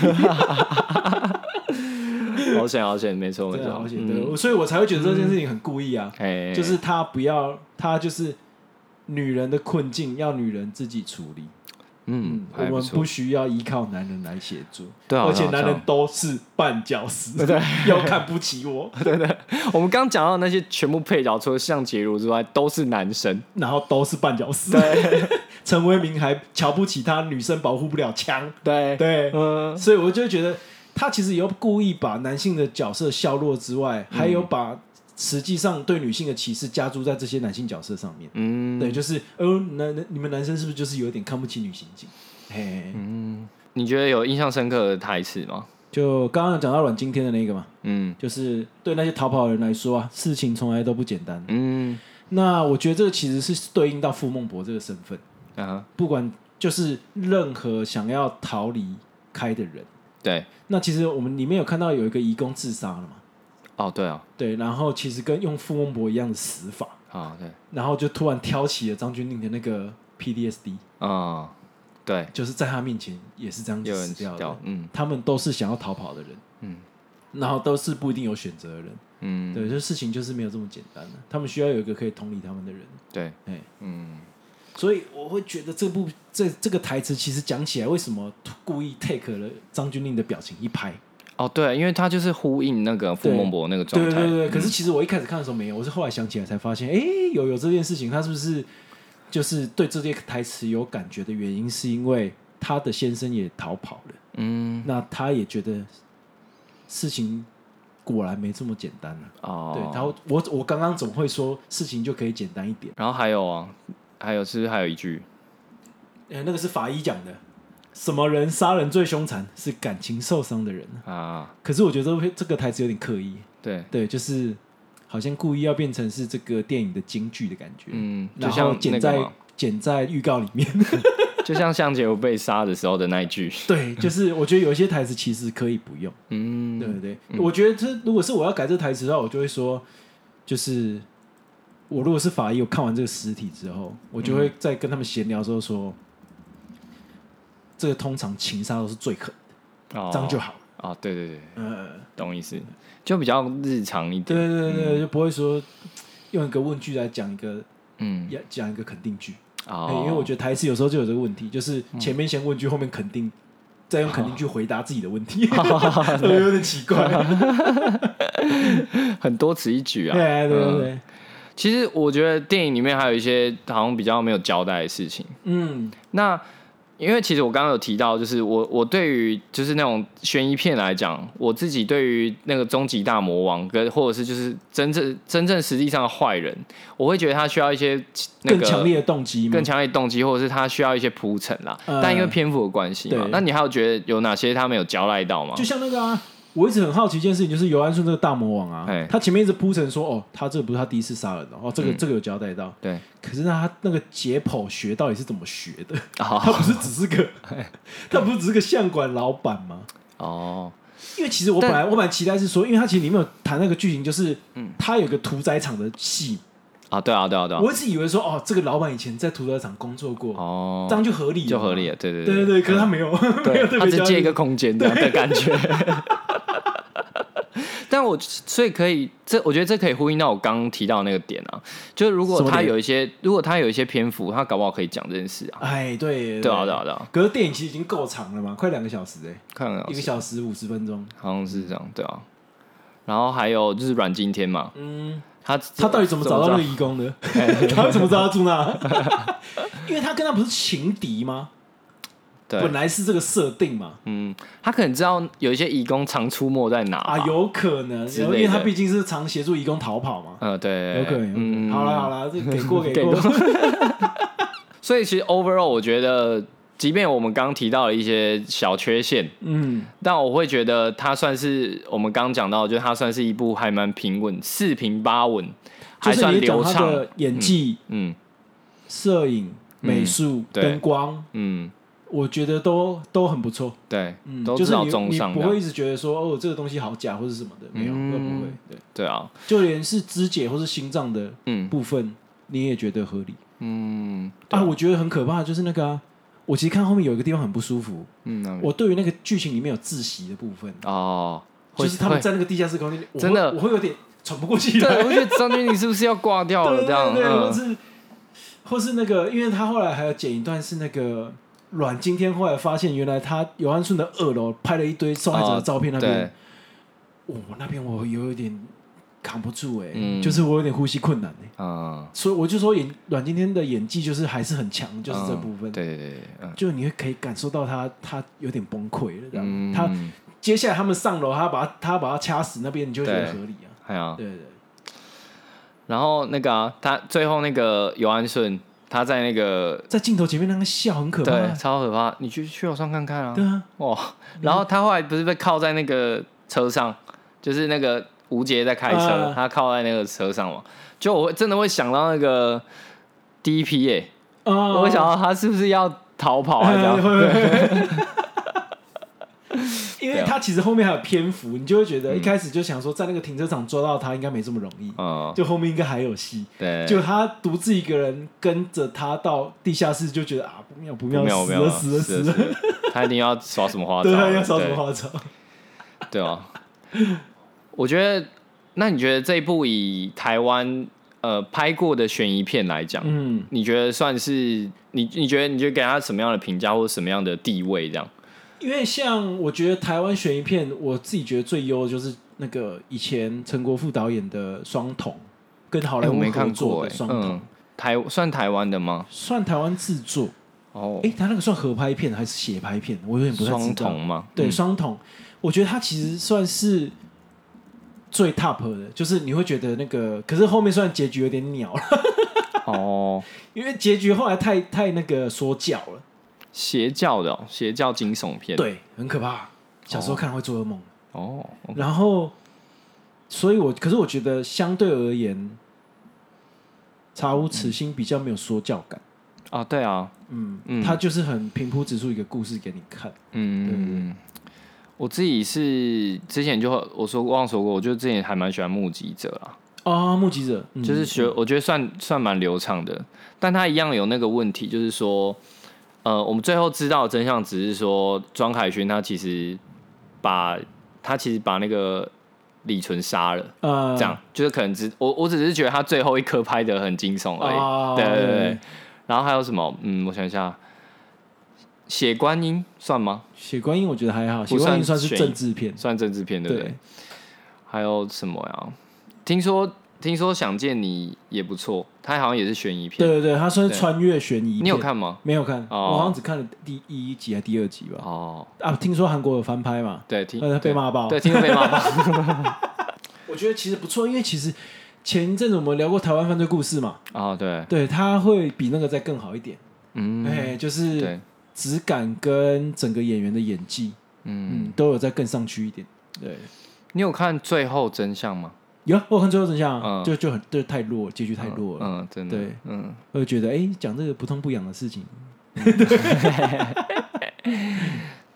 S1: 好险好险，没错没
S2: 对
S1: 错，
S2: 啊，而且
S1: 嗯
S2: 对，所以我才会觉得这件事情很故意啊，
S1: 哎，
S2: 就是他不要，他就是女人的困境，要女人自己处理。
S1: 嗯，
S2: 我
S1: 还
S2: 们
S1: 错
S2: 不需要依靠男人来协助，
S1: 对啊
S2: 而且
S1: 好像
S2: 男人都是绊脚石， 要看不起我，
S1: 我们刚讲到那些全部配角，除了向杰如之外，都是男生。
S2: 然后都是绊脚石。 陈为民还瞧不起他，女生保护不了枪，
S1: 对，
S2: 对，呃
S1: 嗯，
S2: 所以
S1: 嗯
S2: 我就觉得他其实有故意把男性的角色削弱之外，还有把实际上对女性的歧视加诸在这些男性角色上面。
S1: 嗯，
S2: 对，就是哦，男男你们男生是不是就是有点看不起女性景？嘿，
S1: 嗯你觉得有印象深刻的台词吗？
S2: 就刚刚讲到阮经天的那个嘛，
S1: 嗯
S2: 就是对那些逃跑的人来说啊，事情从来都不简单。
S1: 嗯
S2: 那我觉得这个其实是对应到傅孟博这个身份，
S1: 啊，
S2: 不管就是任何想要逃离开的人。
S1: 对，
S2: 那其实我们里面有看到有一个移工自杀了嘛，
S1: 哦对啊，
S2: 对，然后其实跟用傅孟博一样的死法，
S1: 啊对，
S2: 然后就突然挑起了张钧甯的那个 PDSD，
S1: 啊对，
S2: 就是在他面前也是这样子
S1: 有人
S2: 死
S1: 死
S2: 掉的。
S1: 掉，嗯
S2: 他们都是想要逃跑的人，
S1: 嗯
S2: 然后都是不一定有选择的人。
S1: 嗯，
S2: 对，这事情就是没有这么简单的，他们需要有一个可以同理他们的人。
S1: 对，
S2: 哎，
S1: 嗯
S2: 所以我会觉得这部这这个台词其实讲起来，为什么故意 take 了张钧甯的表情一拍？
S1: 哦对，因为他就是呼应那个傅
S2: 对
S1: 孟博那个状
S2: 对对
S1: 态，嗯
S2: 对对。可是其实我一开始看的时候没有，我是后来想起来才发现，哎，有有这件事情，他是不是就是对这些台词有感觉的原因，是因为他的先生也逃跑了，
S1: 嗯
S2: 那他也觉得事情果然没这么简单了、啊
S1: 哦，
S2: 对，然后我我刚刚总会说事情就可以简单一点，
S1: 然后还有啊，还有是不是还有一句？
S2: 呃，那个是法医讲的，什么人杀人最凶残是感情受伤的人啊、
S1: 啊，
S2: 可是我觉得这这个台词有点刻意，
S1: 对，
S2: 对，就是好像故意要变成是这个电影的京剧的感觉，
S1: 嗯，就
S2: 然后
S1: 像
S2: 剪
S1: 那个
S2: 在
S1: 嘛，
S2: 剪在预告里面，
S1: 就像向杰我被杀的时候的那一句，
S2: 对， 就是我觉得有一些台词其实可以不用，
S1: 嗯，
S2: 对不对？我觉得这如果是我要改这台词的话，我就会说，就是我如果是法医，我看完这个尸体之后，我就会在跟他们闲聊之后说，这个通常情杀都是最狠，
S1: 哦，
S2: 这样就好了。
S1: 哦，对对对，
S2: 呃，
S1: 懂意思，就比较日常一点，
S2: 对对对对，就不会说用一个问句来讲一个
S1: 嗯，
S2: 要讲一个肯定句，
S1: 哦
S2: 哎，因为我觉得台词有时候就有这个问题，就是前面先问句，后面肯定。再用肯定句回答自己的 问题，有点奇怪。
S1: 很多此一举
S2: 对
S1: 啊，
S2: 对对
S1: 嗯
S2: 对，
S1: 其实我觉得电影里面还有一些好像比较没有交代的事情。
S2: 嗯，
S1: 那因为其实我刚刚有提到，就是我我对于就是那种悬疑片来讲，我自己对于那个终极大魔王跟或者是就是真正真正实际上的坏人，我会觉得他需要一些那
S2: 更
S1: 个
S2: 强烈的动机嘛，
S1: 更强烈的动机，或者是他需要一些铺陈啦。
S2: 呃
S1: 但因为篇幅的关系嘛
S2: 对，
S1: 那你还有觉得有哪些他没有交代到吗
S2: 就？像那个啊，我一直很好奇一件事情，就是尤安顺这个大魔王啊
S1: 哎，
S2: 他前面一直铺陈说，哦，他这个不是他第一次杀人哦，哦，这个、这个有交代到。
S1: 嗯对，
S2: 可是他那个解剖学到底是怎么学的？他
S1: 哦
S2: 不是只是 个，他不是只是个相馆老板吗？
S1: 哦，
S2: 因为其实我本
S1: 但嗯
S2: 来我本来期待是说，因为他其实里面有谈那个剧情，就是他有个屠宰场的戏，
S1: 啊，对啊，对啊，对啊，
S2: 我一直以为说，哦，这个老板以前在屠宰场工作过，这
S1: 哦，
S2: 样就合理，
S1: 就合理。了，对对
S2: 对对对，可是他没有，没 有
S1: 对，
S2: 特
S1: 他
S2: 别
S1: 只
S2: 交代
S1: 借一个空间这样的感觉。 但我所以可以，这我觉得这可以呼应到我刚刚提到那个点啊，就是如果
S2: 什么
S1: 他
S2: 点
S1: 有一些，如果他有一些篇幅，他搞不好可以讲这件事啊。
S2: 哎，对
S1: 对啊，对啊，对啊，
S2: 可是电影其实已经够长了嘛，快两个小时哎、
S1: 看了
S2: 一个小时五十分钟。
S1: 好像是这样，对啊。然后还有就是阮经天嘛，
S2: 嗯，
S1: 他
S2: 他到底怎么找到那个
S1: 知道
S2: 义工 的？他怎么知道他住那？ 因为他跟他不是情敌吗？本
S1: 对，
S2: 来是这个设定嘛。
S1: 嗯，他可能知道有一些义工常出没在哪吧
S2: 啊，，有可能，
S1: 之
S2: 因
S1: 类的
S2: 为他毕竟是常协助义工逃跑嘛，
S1: 嗯，对，
S2: 有可能有可能。
S1: 嗯，
S2: 好了好 了，这给过
S1: 给
S2: 给
S1: 过
S2: 过。
S1: 所以其实 overall 我觉得，即便我们刚刚提到了一些小缺陷，
S2: 嗯，
S1: 但我会觉得它算是我们刚刚讲到，就是它算是一部还蛮平稳、四平八稳，
S2: 就
S1: 还
S2: 是
S1: 算
S2: 你
S1: 流
S2: 讲他
S1: 畅。
S2: 的演技、
S1: 嗯
S2: 摄影、美术、
S1: 对
S2: 灯光，
S1: 嗯，
S2: 我觉得都都很不错。
S1: 对，
S2: 嗯，
S1: 都
S2: 就
S1: 至
S2: 是
S1: 少
S2: 你
S1: 中
S2: 你
S1: 上
S2: 不
S1: 的
S2: 会一。直觉得说哦这个东西好假或者什么的，没有，
S1: 嗯
S2: 都不会。对，
S1: 对啊，
S2: 就连是肢解或是心脏的
S1: 嗯
S2: 部分，你也觉得合理
S1: 嗯
S2: 啊？我觉得很可怕，就是那个啊，我其实看后面有一个地方很不舒服，
S1: 嗯，那
S2: 我对于那个剧情里面有窒息的部分，
S1: 哦，会
S2: 就是他们
S1: 会
S2: 在那个地下室空间里，我会
S1: 真的
S2: 我会有点喘不过气
S1: 对，
S2: 来，
S1: 我觉得张君你是不是要挂掉
S2: 对
S1: 了？
S2: 对
S1: 这样，
S2: 对，或
S1: 嗯
S2: 是或是那个，因为他后来还有剪一段是那个。阮今天后来发现，原来他尤安顺的二楼拍了一堆受害者的照片，那边、
S1: 哦对，
S2: 我哦那边我有一点扛不住哎、
S1: 嗯
S2: 就是我有点呼吸困难哎、
S1: 嗯，
S2: 所以我就说演阮经天的演技就是还是很强，就是这
S1: 嗯
S2: 部分，
S1: 对对对，对嗯
S2: 就你会可以感受到他他有点崩溃了，这样、
S1: 嗯，
S2: 他接下来他们上楼，他把他他把他掐死那边，你就会觉得
S1: 对
S2: 合理啊，
S1: 哎呀，
S2: 对对对
S1: 然后那个啊，他最后那个尤安顺，他在那个
S2: 在镜头前面那个笑很可怕。啊
S1: 对超可怕，你去去楼上看看啊
S2: 对。啊，
S1: 哇！然后他后来不是被靠在那个车上，就是那个吴杰在开车，
S2: 啊
S1: 他靠在那个车上嘛，就我会真的会想到那个第一批耶、
S2: 啊，
S1: 我会想到他是不是要逃跑啊？这
S2: 哎
S1: 样
S2: 会 会会因
S1: 啊
S2: 为他其实后面还有篇幅，你就会觉得一开始就想说，在那个停车场抓到他应该没这么容易，
S1: 嗯，
S2: 就后面应该还有戏。
S1: 对，
S2: 就他独自一个人跟着他到地下室，就觉得啊不妙不
S1: 没
S2: 妙，
S1: 有
S2: 死
S1: 没有
S2: 了死了死 了，
S1: 了，他一定要耍什么花招？
S2: 对他要烧什么花招？
S1: 对？对啊，我觉得，那你觉得这一部以台湾呃拍过的悬疑片来讲，
S2: 嗯，
S1: 你觉得算是你？你觉得你觉得给他什么样的评价或者什么样的地位？这样？
S2: 因为像我觉得台湾悬疑片，我自己觉得最优的就是那个以前陈国富导演的《双瞳》，跟好
S1: 哎、
S2: 莱
S1: 我
S2: 坞
S1: 没
S2: 合
S1: 看
S2: 作
S1: 过
S2: 的
S1: 哎、
S2: 《双瞳》
S1: 嗯，台算台湾的吗？
S2: 算台湾制作。
S1: 哦，
S2: 哎、他那个算合拍片还是斜拍片？我有点不太知
S1: 双
S2: 道。
S1: 瞳吗？
S2: 对，
S1: 嗯
S2: 双瞳，我觉得它其实算是最 top 的，就是你会觉得那个，可是后面虽然结局有点鸟了，
S1: 哦，
S2: 因为结局后来太太那个说教了，
S1: 邪教的、哦、邪教惊悚片。
S2: 对，很可怕。小时候看会做噩梦。
S1: 哦，
S2: 然后，所以我可是我觉得相对而言，查无此心比较没有说教感。
S1: 啊，对啊，
S2: 嗯，
S1: 嗯
S2: 它就是很平铺直述一个故事给你看。
S1: 嗯，我自己是之前就我说忘说过，我就之前还蛮喜欢目击者啦，
S2: 啊、目击者、嗯
S1: 就是学我觉得算算蛮流畅的，但他一样有那个问题，就是说，呃，我们最后知道的真相只是说庄凯勋他其实把他其实把那个李纯杀了。
S2: 呃
S1: 这样就是可能只我我只是觉得他最后一颗拍的很惊悚而已，
S2: 哦
S1: 对对对
S2: 对
S1: 对。然后还有什么？嗯，我想一下，血观音算吗？
S2: 血观音我觉得还好，血
S1: 不
S2: 观音
S1: 算
S2: 算是
S1: 悬疑
S2: 政治片。
S1: 算政治片对不对？
S2: 对
S1: 还有什么呀？听说听说想见你也不错，它好像也是悬疑
S2: 对
S1: 片，
S2: 对对，它算是
S1: 对
S2: 穿越悬疑片。
S1: 你有？看吗？
S2: 没有看，
S1: 哦
S2: 我好像只看了第一集还第二集吧。
S1: 哦，
S2: 啊，听说韩国有翻拍嘛？
S1: 对，听
S2: 呃被
S1: 对
S2: 骂爆
S1: 对，听说被骂 爆，
S2: 我觉得其实不错，因为其实前一阵子我们聊过台湾犯罪故事嘛，
S1: 哦，对，
S2: 对，它会比那个再更好一点。
S1: 嗯，
S2: 哎、就是
S1: 对，
S2: 质感跟整个演员的演技，
S1: 嗯，
S2: 嗯，都有再更上去一点。对，
S1: 你有看《最后真相》吗？
S2: 有我有看最后真相啊，
S1: 嗯
S2: 就就很就太弱，结局太弱了，
S1: 嗯，真的，
S2: 对，
S1: 嗯，
S2: 我就觉得哎，讲这个不痛不痒的事情，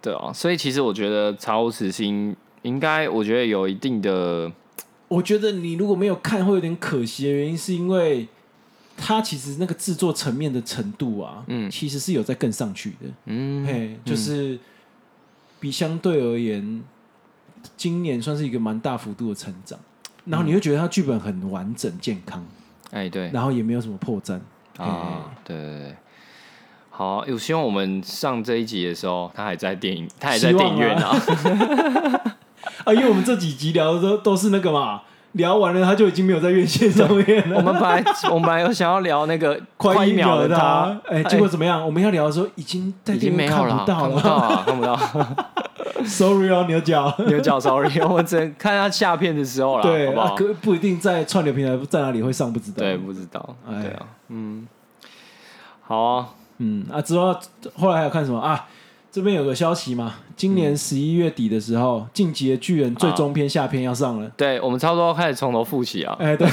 S1: 对啊，所以其实我觉得《查无此心》应该，我觉得有一定的，
S2: 我觉得你如果没有看会有点可惜的原因，是因为它其实那个制作层面的程度啊，
S1: 嗯
S2: 其实是有在更上去的，
S1: 嗯，
S2: 嘿，就是比相对而言，今年算是一个蛮大幅度的成长。然后你会觉得它剧本很完整、健康，
S1: 哎，对，
S2: 然后也没有什么破绽。
S1: 啊，对对对。好，我希望我们上这一集的时候，他还在电影，他还在
S2: 希
S1: 电
S2: 望啊
S1: 影院 啊。
S2: 啊，因为我们这几集聊的都都是那个嘛，聊完了他就已经没有在院线上 面
S1: 我
S2: 了。
S1: 们本来我们本来有想要聊那个
S2: 快
S1: 一
S2: 秒
S1: 的
S2: 的啊哎，
S1: 哎
S2: 结果怎么样？我们要聊的时候已经在
S1: 已经
S2: 电影
S1: 没
S2: 院
S1: 有
S2: 看
S1: 了，
S2: 不到
S1: 看 不到啊，看不到。
S2: Sorry 哦，牛角。
S1: 牛角 sorry，我只能看他下片的时候了，好
S2: 对
S1: 不
S2: 啊，
S1: 好？
S2: 可不一定在串流平台在哪里会上，不知道。
S1: 对，，不知道，
S2: 哎
S1: 对啊，嗯，好啊，
S2: 嗯啊，之后后来还有看什么啊？这边有个消息嘛，
S1: 嗯
S2: 今年十一月底的时候，进击的巨人》最终篇下篇要上了。
S1: 对我们差不多开始从头复起 啊。
S2: 哎，对，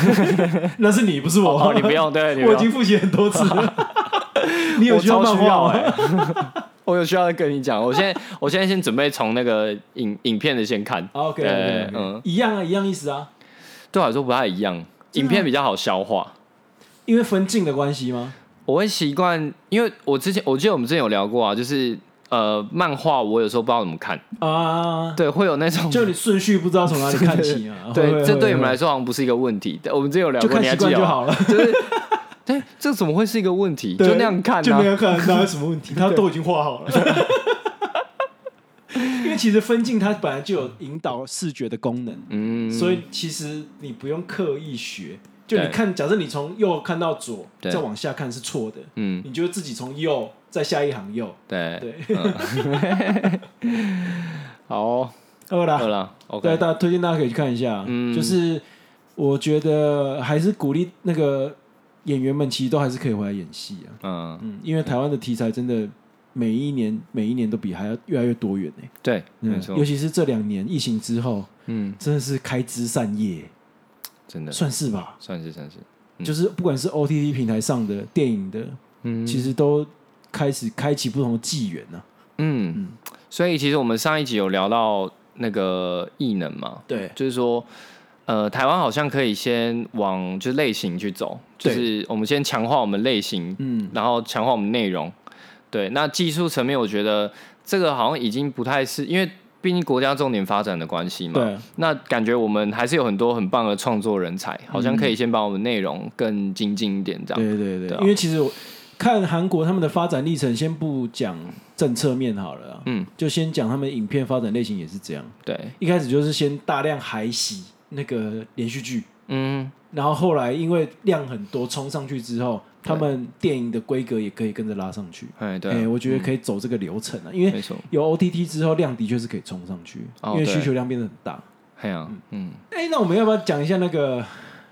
S2: 那是你，不是我。
S1: 哦，你不 用，对，你不
S2: 我已经
S1: 用，
S2: 复习很多次 了。你有
S1: 我
S2: 需
S1: 超
S2: 要漫
S1: 需
S2: 画
S1: 要
S2: 吗？
S1: 哎， 我有需要跟你讲，我现在我现在先准备从那个影影片的先看。
S2: OK，
S1: 对
S2: OK，
S1: 嗯
S2: 嗯，一样啊，一样意思啊，
S1: 对我来说不太一样，
S2: 真的吗
S1: 影片比较好消化。
S2: 因为分镜的关系吗？
S1: 我会习惯，因为我之前我记得我们之前有聊过啊，就是呃，漫画我有时候不知道怎么看，
S2: 啊，
S1: 对，会有那种。
S2: 就你顺序不知道从哪里看起 啊
S1: 对，
S2: 会
S1: 这对你们来
S2: 会
S1: 说好像不是一个问题。但我们之前有聊
S2: 就
S1: 过，
S2: 看
S1: 你还
S2: 习
S1: 记
S2: 惯
S1: 得
S2: 就
S1: 吗？
S2: 好了。
S1: 就是，对，这怎么会是一个问题？就
S2: 对
S1: 那样看
S2: 就
S1: 啊
S2: 那，样看，哪有什么 问题？他都已经画好了。 因为其实分镜它本来就有引导视觉的功能，
S1: 嗯，
S2: 所以其实你不用刻意学。就你
S1: 对
S2: 看，假设你从右看到左，
S1: 对
S2: 再往下看是错的，
S1: 嗯，
S2: 你就会自己从右再下一行右。
S1: 对，嗯
S2: 对，
S1: 好哦，
S2: 好啦
S1: 饿，了
S2: 对，
S1: ，OK，
S2: 啊大家推荐大家可以去看一下，
S1: 嗯
S2: 就是我觉得还是鼓励那个演员们，其实都还是可以回来演戏啊。
S1: 嗯，
S2: 嗯，因为台湾的题材真的每一年每一年都比还要越来越多元呢、
S1: 对，没
S2: 嗯，
S1: 错
S2: 尤，其是这两年疫情之后，
S1: 嗯，
S2: 真的是开枝散叶，
S1: 真的
S2: 算是吧。
S1: 算是算是，嗯
S2: 就是不管是 OTT 平台上的电影的，
S1: 嗯，
S2: 其实都开始开启不同的纪元呐、啊。
S1: 嗯，所以其实我们上一集有聊到那个异能嘛，
S2: 对，
S1: 就是说，呃，台湾好像可以先往就是类型去走，就
S2: 对
S1: 是我们先强化我们类型，
S2: 嗯，
S1: 然后强化我们内容。对，那技术层面，我觉得这个好像已经不太是，因为毕竟国家重点发展的关系嘛。
S2: 对，啊
S1: 那感觉我们还是有很多很棒的创作人才，好像可以先把我们内容更精进一点，这样。
S2: 对对对
S1: 对啊
S2: 因为其实我看韩国他们的发展历程，先不讲政策面好了啊、
S1: 嗯，
S2: 就先讲他们影片发展类型也是这样，
S1: 对，
S2: 一开始就是先大量海洗那个连续剧，
S1: 嗯，
S2: 然后后来因为量很多冲上去之后，他们电影的规格也可以跟着拉上去。
S1: 哎，对啊，
S2: 哎、我觉得可以走这个流程啊，因为
S1: 没错，
S2: 有 OTT 之后量的确是可以冲上去，
S1: 哦
S2: 因为
S1: 对
S2: 需求量变得很大。
S1: 哎呀、嗯
S2: 哎、那我们要不要讲一下那个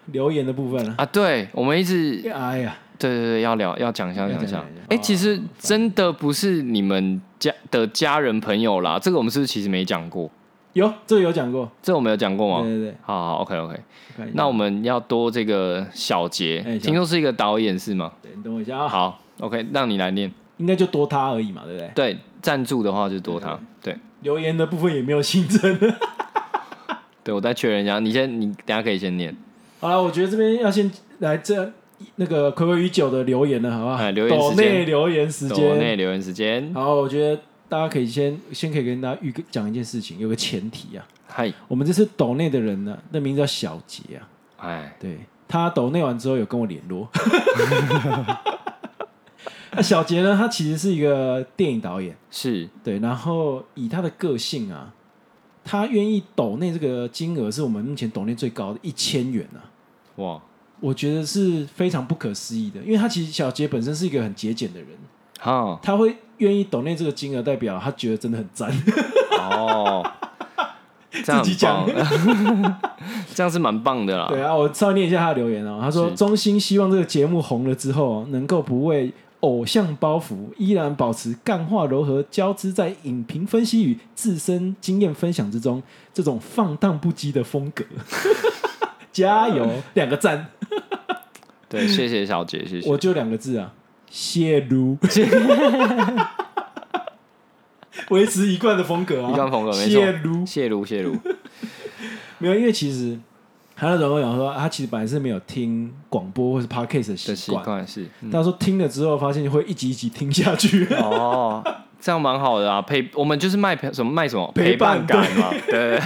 S2: 留言的部分呢、
S1: 啊，对，我们一直
S2: 哎呀，
S1: 对对对，要聊要讲一下
S2: 要
S1: 讲一下
S2: 讲一下。
S1: 哎、其实真的不是你们家的家人朋友啦，这个我们是不是其实没讲过？
S2: 有这个有讲过，
S1: 这我们有讲过
S2: 对
S1: 吗？
S2: 对对
S1: 好好，OK OK。
S2: 我看一下，
S1: 那我们要多这个小杰，
S2: 哎小
S1: 听说是一个导演是吗？
S2: 对你等我一下啊，
S1: 好，OK，让你来念。
S2: 应该就多他而已嘛，对不对？
S1: 对，赞助的话就多他。对，
S2: 留言的部分也没有新增。
S1: 对我再确认一下，你先，你等一下可以先念。
S2: 好了，我觉得这边要先来这那个暌违已久的留言了，好不好？
S1: 哎留言
S2: 抖
S1: 时间
S2: 内留言时
S1: 抖
S2: 间。
S1: 内留言时间，
S2: 好，我觉得大家可以先先可以跟大家预个讲一件事情，有个前提啊，
S1: 嗨，
S2: 我们这次抖内的人呢、那名字叫小杰啊，
S1: 哎，
S2: 对他抖内完之后有跟我联络。 那小杰呢，他其实是一个电影导演，
S1: 是，
S2: 对，然后以他的个性啊，他愿意抖内这个金额是我们目前抖内最高的一千元啊。
S1: 哇，
S2: 我觉得是非常不可思议的，因为他其实小杰本身是一个很节俭的人，
S1: 哈，
S2: 他会愿意抖内这个金额，代表他觉得真的很赞。
S1: 哦，这样
S2: 自己
S1: 很
S2: 讲
S1: 棒， 这样是蛮棒的啦。
S2: 对啊，我稍微念一下他的留言哦，他说：“
S1: 是
S2: 衷心希望这个节目红了之后，能够不为偶像包袱，依然保持干话柔和交织在影评分析与自身经验分享之中，这种放荡不羁的风格。” 加油，两个赞，
S1: 对，谢谢小姐，谢谢。
S2: 我就两个字啊，谢 撸。维持一贯的风格啊，
S1: 一贯风格没错
S2: 谢撸
S1: 谢如，谢 如，
S2: 没有，因为其实韩老总跟我讲说，他其实本来是没有听广播或是 podcast 的
S1: 的
S2: 习
S1: 习
S2: 惯，
S1: 惯是、嗯
S2: 他说听了之后发现会一集一集听下 去。
S1: 哦，这样蛮好的啊，陪我们就是卖陪什么卖什么
S2: 陪伴
S1: 感嘛，对，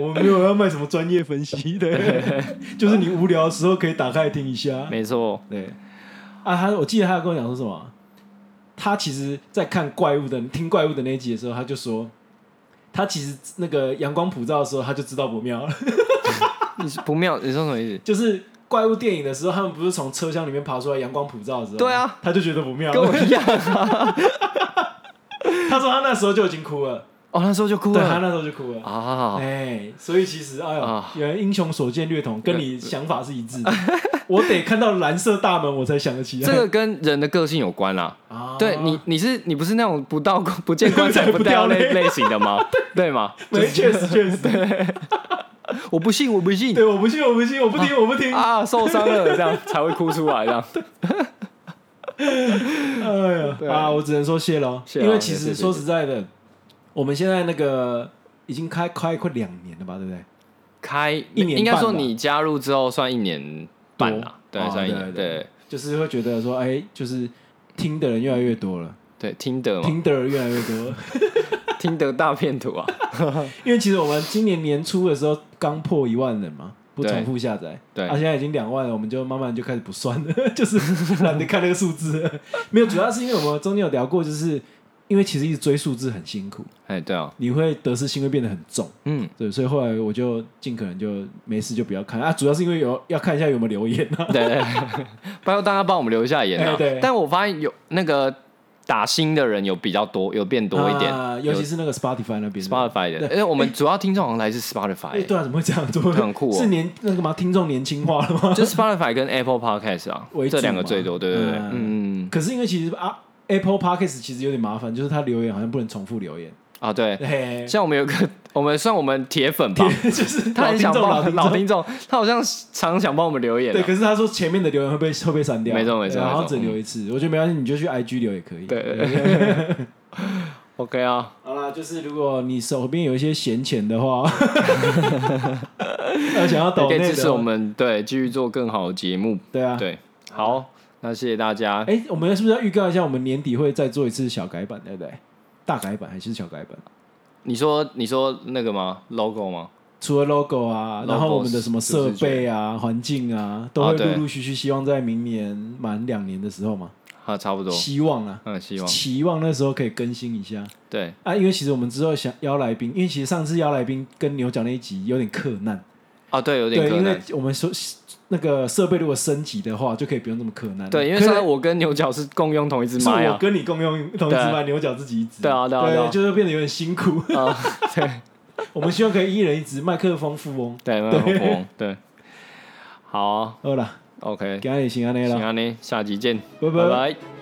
S2: 我们没有要卖什么专业分析的，就是你无聊的时候可以打开来听一下。
S1: 没 错，
S2: 对，啊，他我记得他跟我讲说什么，他其实在看怪物的听怪物的那一集的时候，他就说。他其实那个阳光普照的时候，他就知道不妙了。
S1: 你是不妙，你说什么意思？
S2: 就是怪物电影的时候，他们不是从车厢里面爬出来，阳光普照的时候，
S1: 对啊，
S2: 他就觉得不妙了。
S1: 跟我一样
S2: 他说他那时候就已经哭了，
S1: 哦，那时候就哭
S2: 对他
S1: 了
S2: 那时候就哭了。
S1: 啊，
S2: 哎，所以其实，哎呦
S1: 啊，
S2: 原来英雄所见略同，跟你想法是一 致的。我得看到蓝色大门，我才想得起来。
S1: 这个跟人的个性有关啦。
S2: 啊
S1: 对你，你是你不是那种不到不见棺材不
S2: 不掉
S1: 掉泪
S2: 泪
S1: 类型的 吗？对吗？
S2: 没确 实确实，
S1: 我不信，我不信
S2: 对，我不信，我不信，我不 听，我不听。
S1: 啊，受伤了 这样才会哭出来这样。
S2: 哎
S1: 对
S2: 呀，啊，我只能说谢喽，
S1: 谢咯
S2: 因为其
S1: 谢谢
S2: 实
S1: 谢
S2: 说实在的，我们现在那个已经开开快两年了吧，对不对？
S1: 开
S2: 一年半吧
S1: 应该说你加入之后算一年半啦，
S2: 多
S1: 对，
S2: 哦
S1: 算一
S2: 对
S1: 年，
S2: 对
S1: 对
S2: 就是会觉得说，哎，就是听的人越来越多了，
S1: 对，听得嘛，
S2: 听的人越来越多了。
S1: 听得大片图啊，
S2: 因为其实我们今年年初的时候刚破一万人嘛，不
S1: 对
S2: 重复下载，
S1: 对
S2: 啊，现在已经两万了，我们就慢慢就开始不算了， 就是懒得看那个数字了。没有，主要是因为我们中间有聊过，就是因为其实一直追数字很辛苦，
S1: 哎，对啊，
S2: 你会得失心会变得很重，
S1: 嗯，
S2: 对，所以后来我就尽可能就没事就不要看啊，主要是因为有要看一下有没有留言啊，
S1: 对，拜托大家帮我们留一下言
S2: 哎
S1: 啊
S2: 对。
S1: 但我发现有那个打新的人有比较多，有变多一点，
S2: 啊尤其是那个 Spotify 那边的
S1: Spotify 的，因为我们主要听众好像来自 Spotify，、
S2: 哎对啊，怎么会这样？怎么会
S1: 很酷哦
S2: 是年那个嘛，听众年轻化了 吗？
S1: 就 Spotify 跟 Apple Podcast 啊
S2: 为，主
S1: 这两个
S2: 嘛
S1: 最多，对对对，
S2: 嗯
S1: 嗯
S2: 可是因为其实啊，Apple Podcast 其实有点麻烦，就是它留言好像不能重复留言，
S1: 啊对，
S2: 嘿，
S1: 像我们有个， 我们算我们铁粉吧，
S2: 就是
S1: 他
S2: 老
S1: 很
S2: 听
S1: 想
S2: 众
S1: 帮我
S2: 老
S1: 们
S2: 听
S1: 老
S2: 众
S1: 听众，他好像常想帮我们留言啊、
S2: 对，可是他说前面的留言会被会被删掉，
S1: 没错没错
S2: 对然后
S1: 没错
S2: 只留一次，我觉得没关系，你就去 IG 留也可以。
S1: 对对 OK 啊，
S2: 好啦，就是如果你手边有一些闲钱 的话， 要想要
S1: 也
S2: 抖
S1: 可以
S2: 内
S1: 支持
S2: 的
S1: 我
S2: 话，
S1: 们，对，继续做更好的节目，
S2: 对啊，。
S1: 对，好，那谢谢大家。
S2: 哎，我们是不是要预告一下，我们年底会再做一次小改版，对不对？大改版还是小改版？
S1: 你说你说那个吗？logo 吗？
S2: 除了 logo 啊，然后
S1: Logo，
S2: 我们的什么设备啊、环境啊，都
S1: 啊
S2: 会
S1: 对
S2: 陆陆续续，希望在明年满两年的时候嘛，
S1: 啊，差不多，
S2: 希望啊，
S1: 嗯，希望
S2: 期望那时候可以更新一下。
S1: 对，
S2: 啊，因为其实我们之后想邀来宾，因为其实上次邀来宾跟牛角那一集有点克难，
S1: 啊，对，有点
S2: 对，
S1: 困
S2: 因为
S1: 难。
S2: 我们说那个设备如果升级的话，就可以不用这么克难。
S1: 对，因为
S2: 可
S1: 上
S2: 是
S1: 次我跟牛角是共用同一只
S2: 是
S1: 麦
S2: 我
S1: 啊，
S2: 跟你共用同
S1: 对
S2: 一只
S1: 啊
S2: 麦，牛角自己一只，
S1: 对啊对啊对啊
S2: 就是变得有点辛苦。
S1: 啊， 对
S2: 我们希望可以一人一只麦克风富翁。
S1: 对，麦克风，对，好啊
S2: 好啦，
S1: ，OK，
S2: 今天就先安尼
S1: 行
S2: 啦。
S1: 啊，呢，下集见，
S2: 拜拜
S1: 拜拜。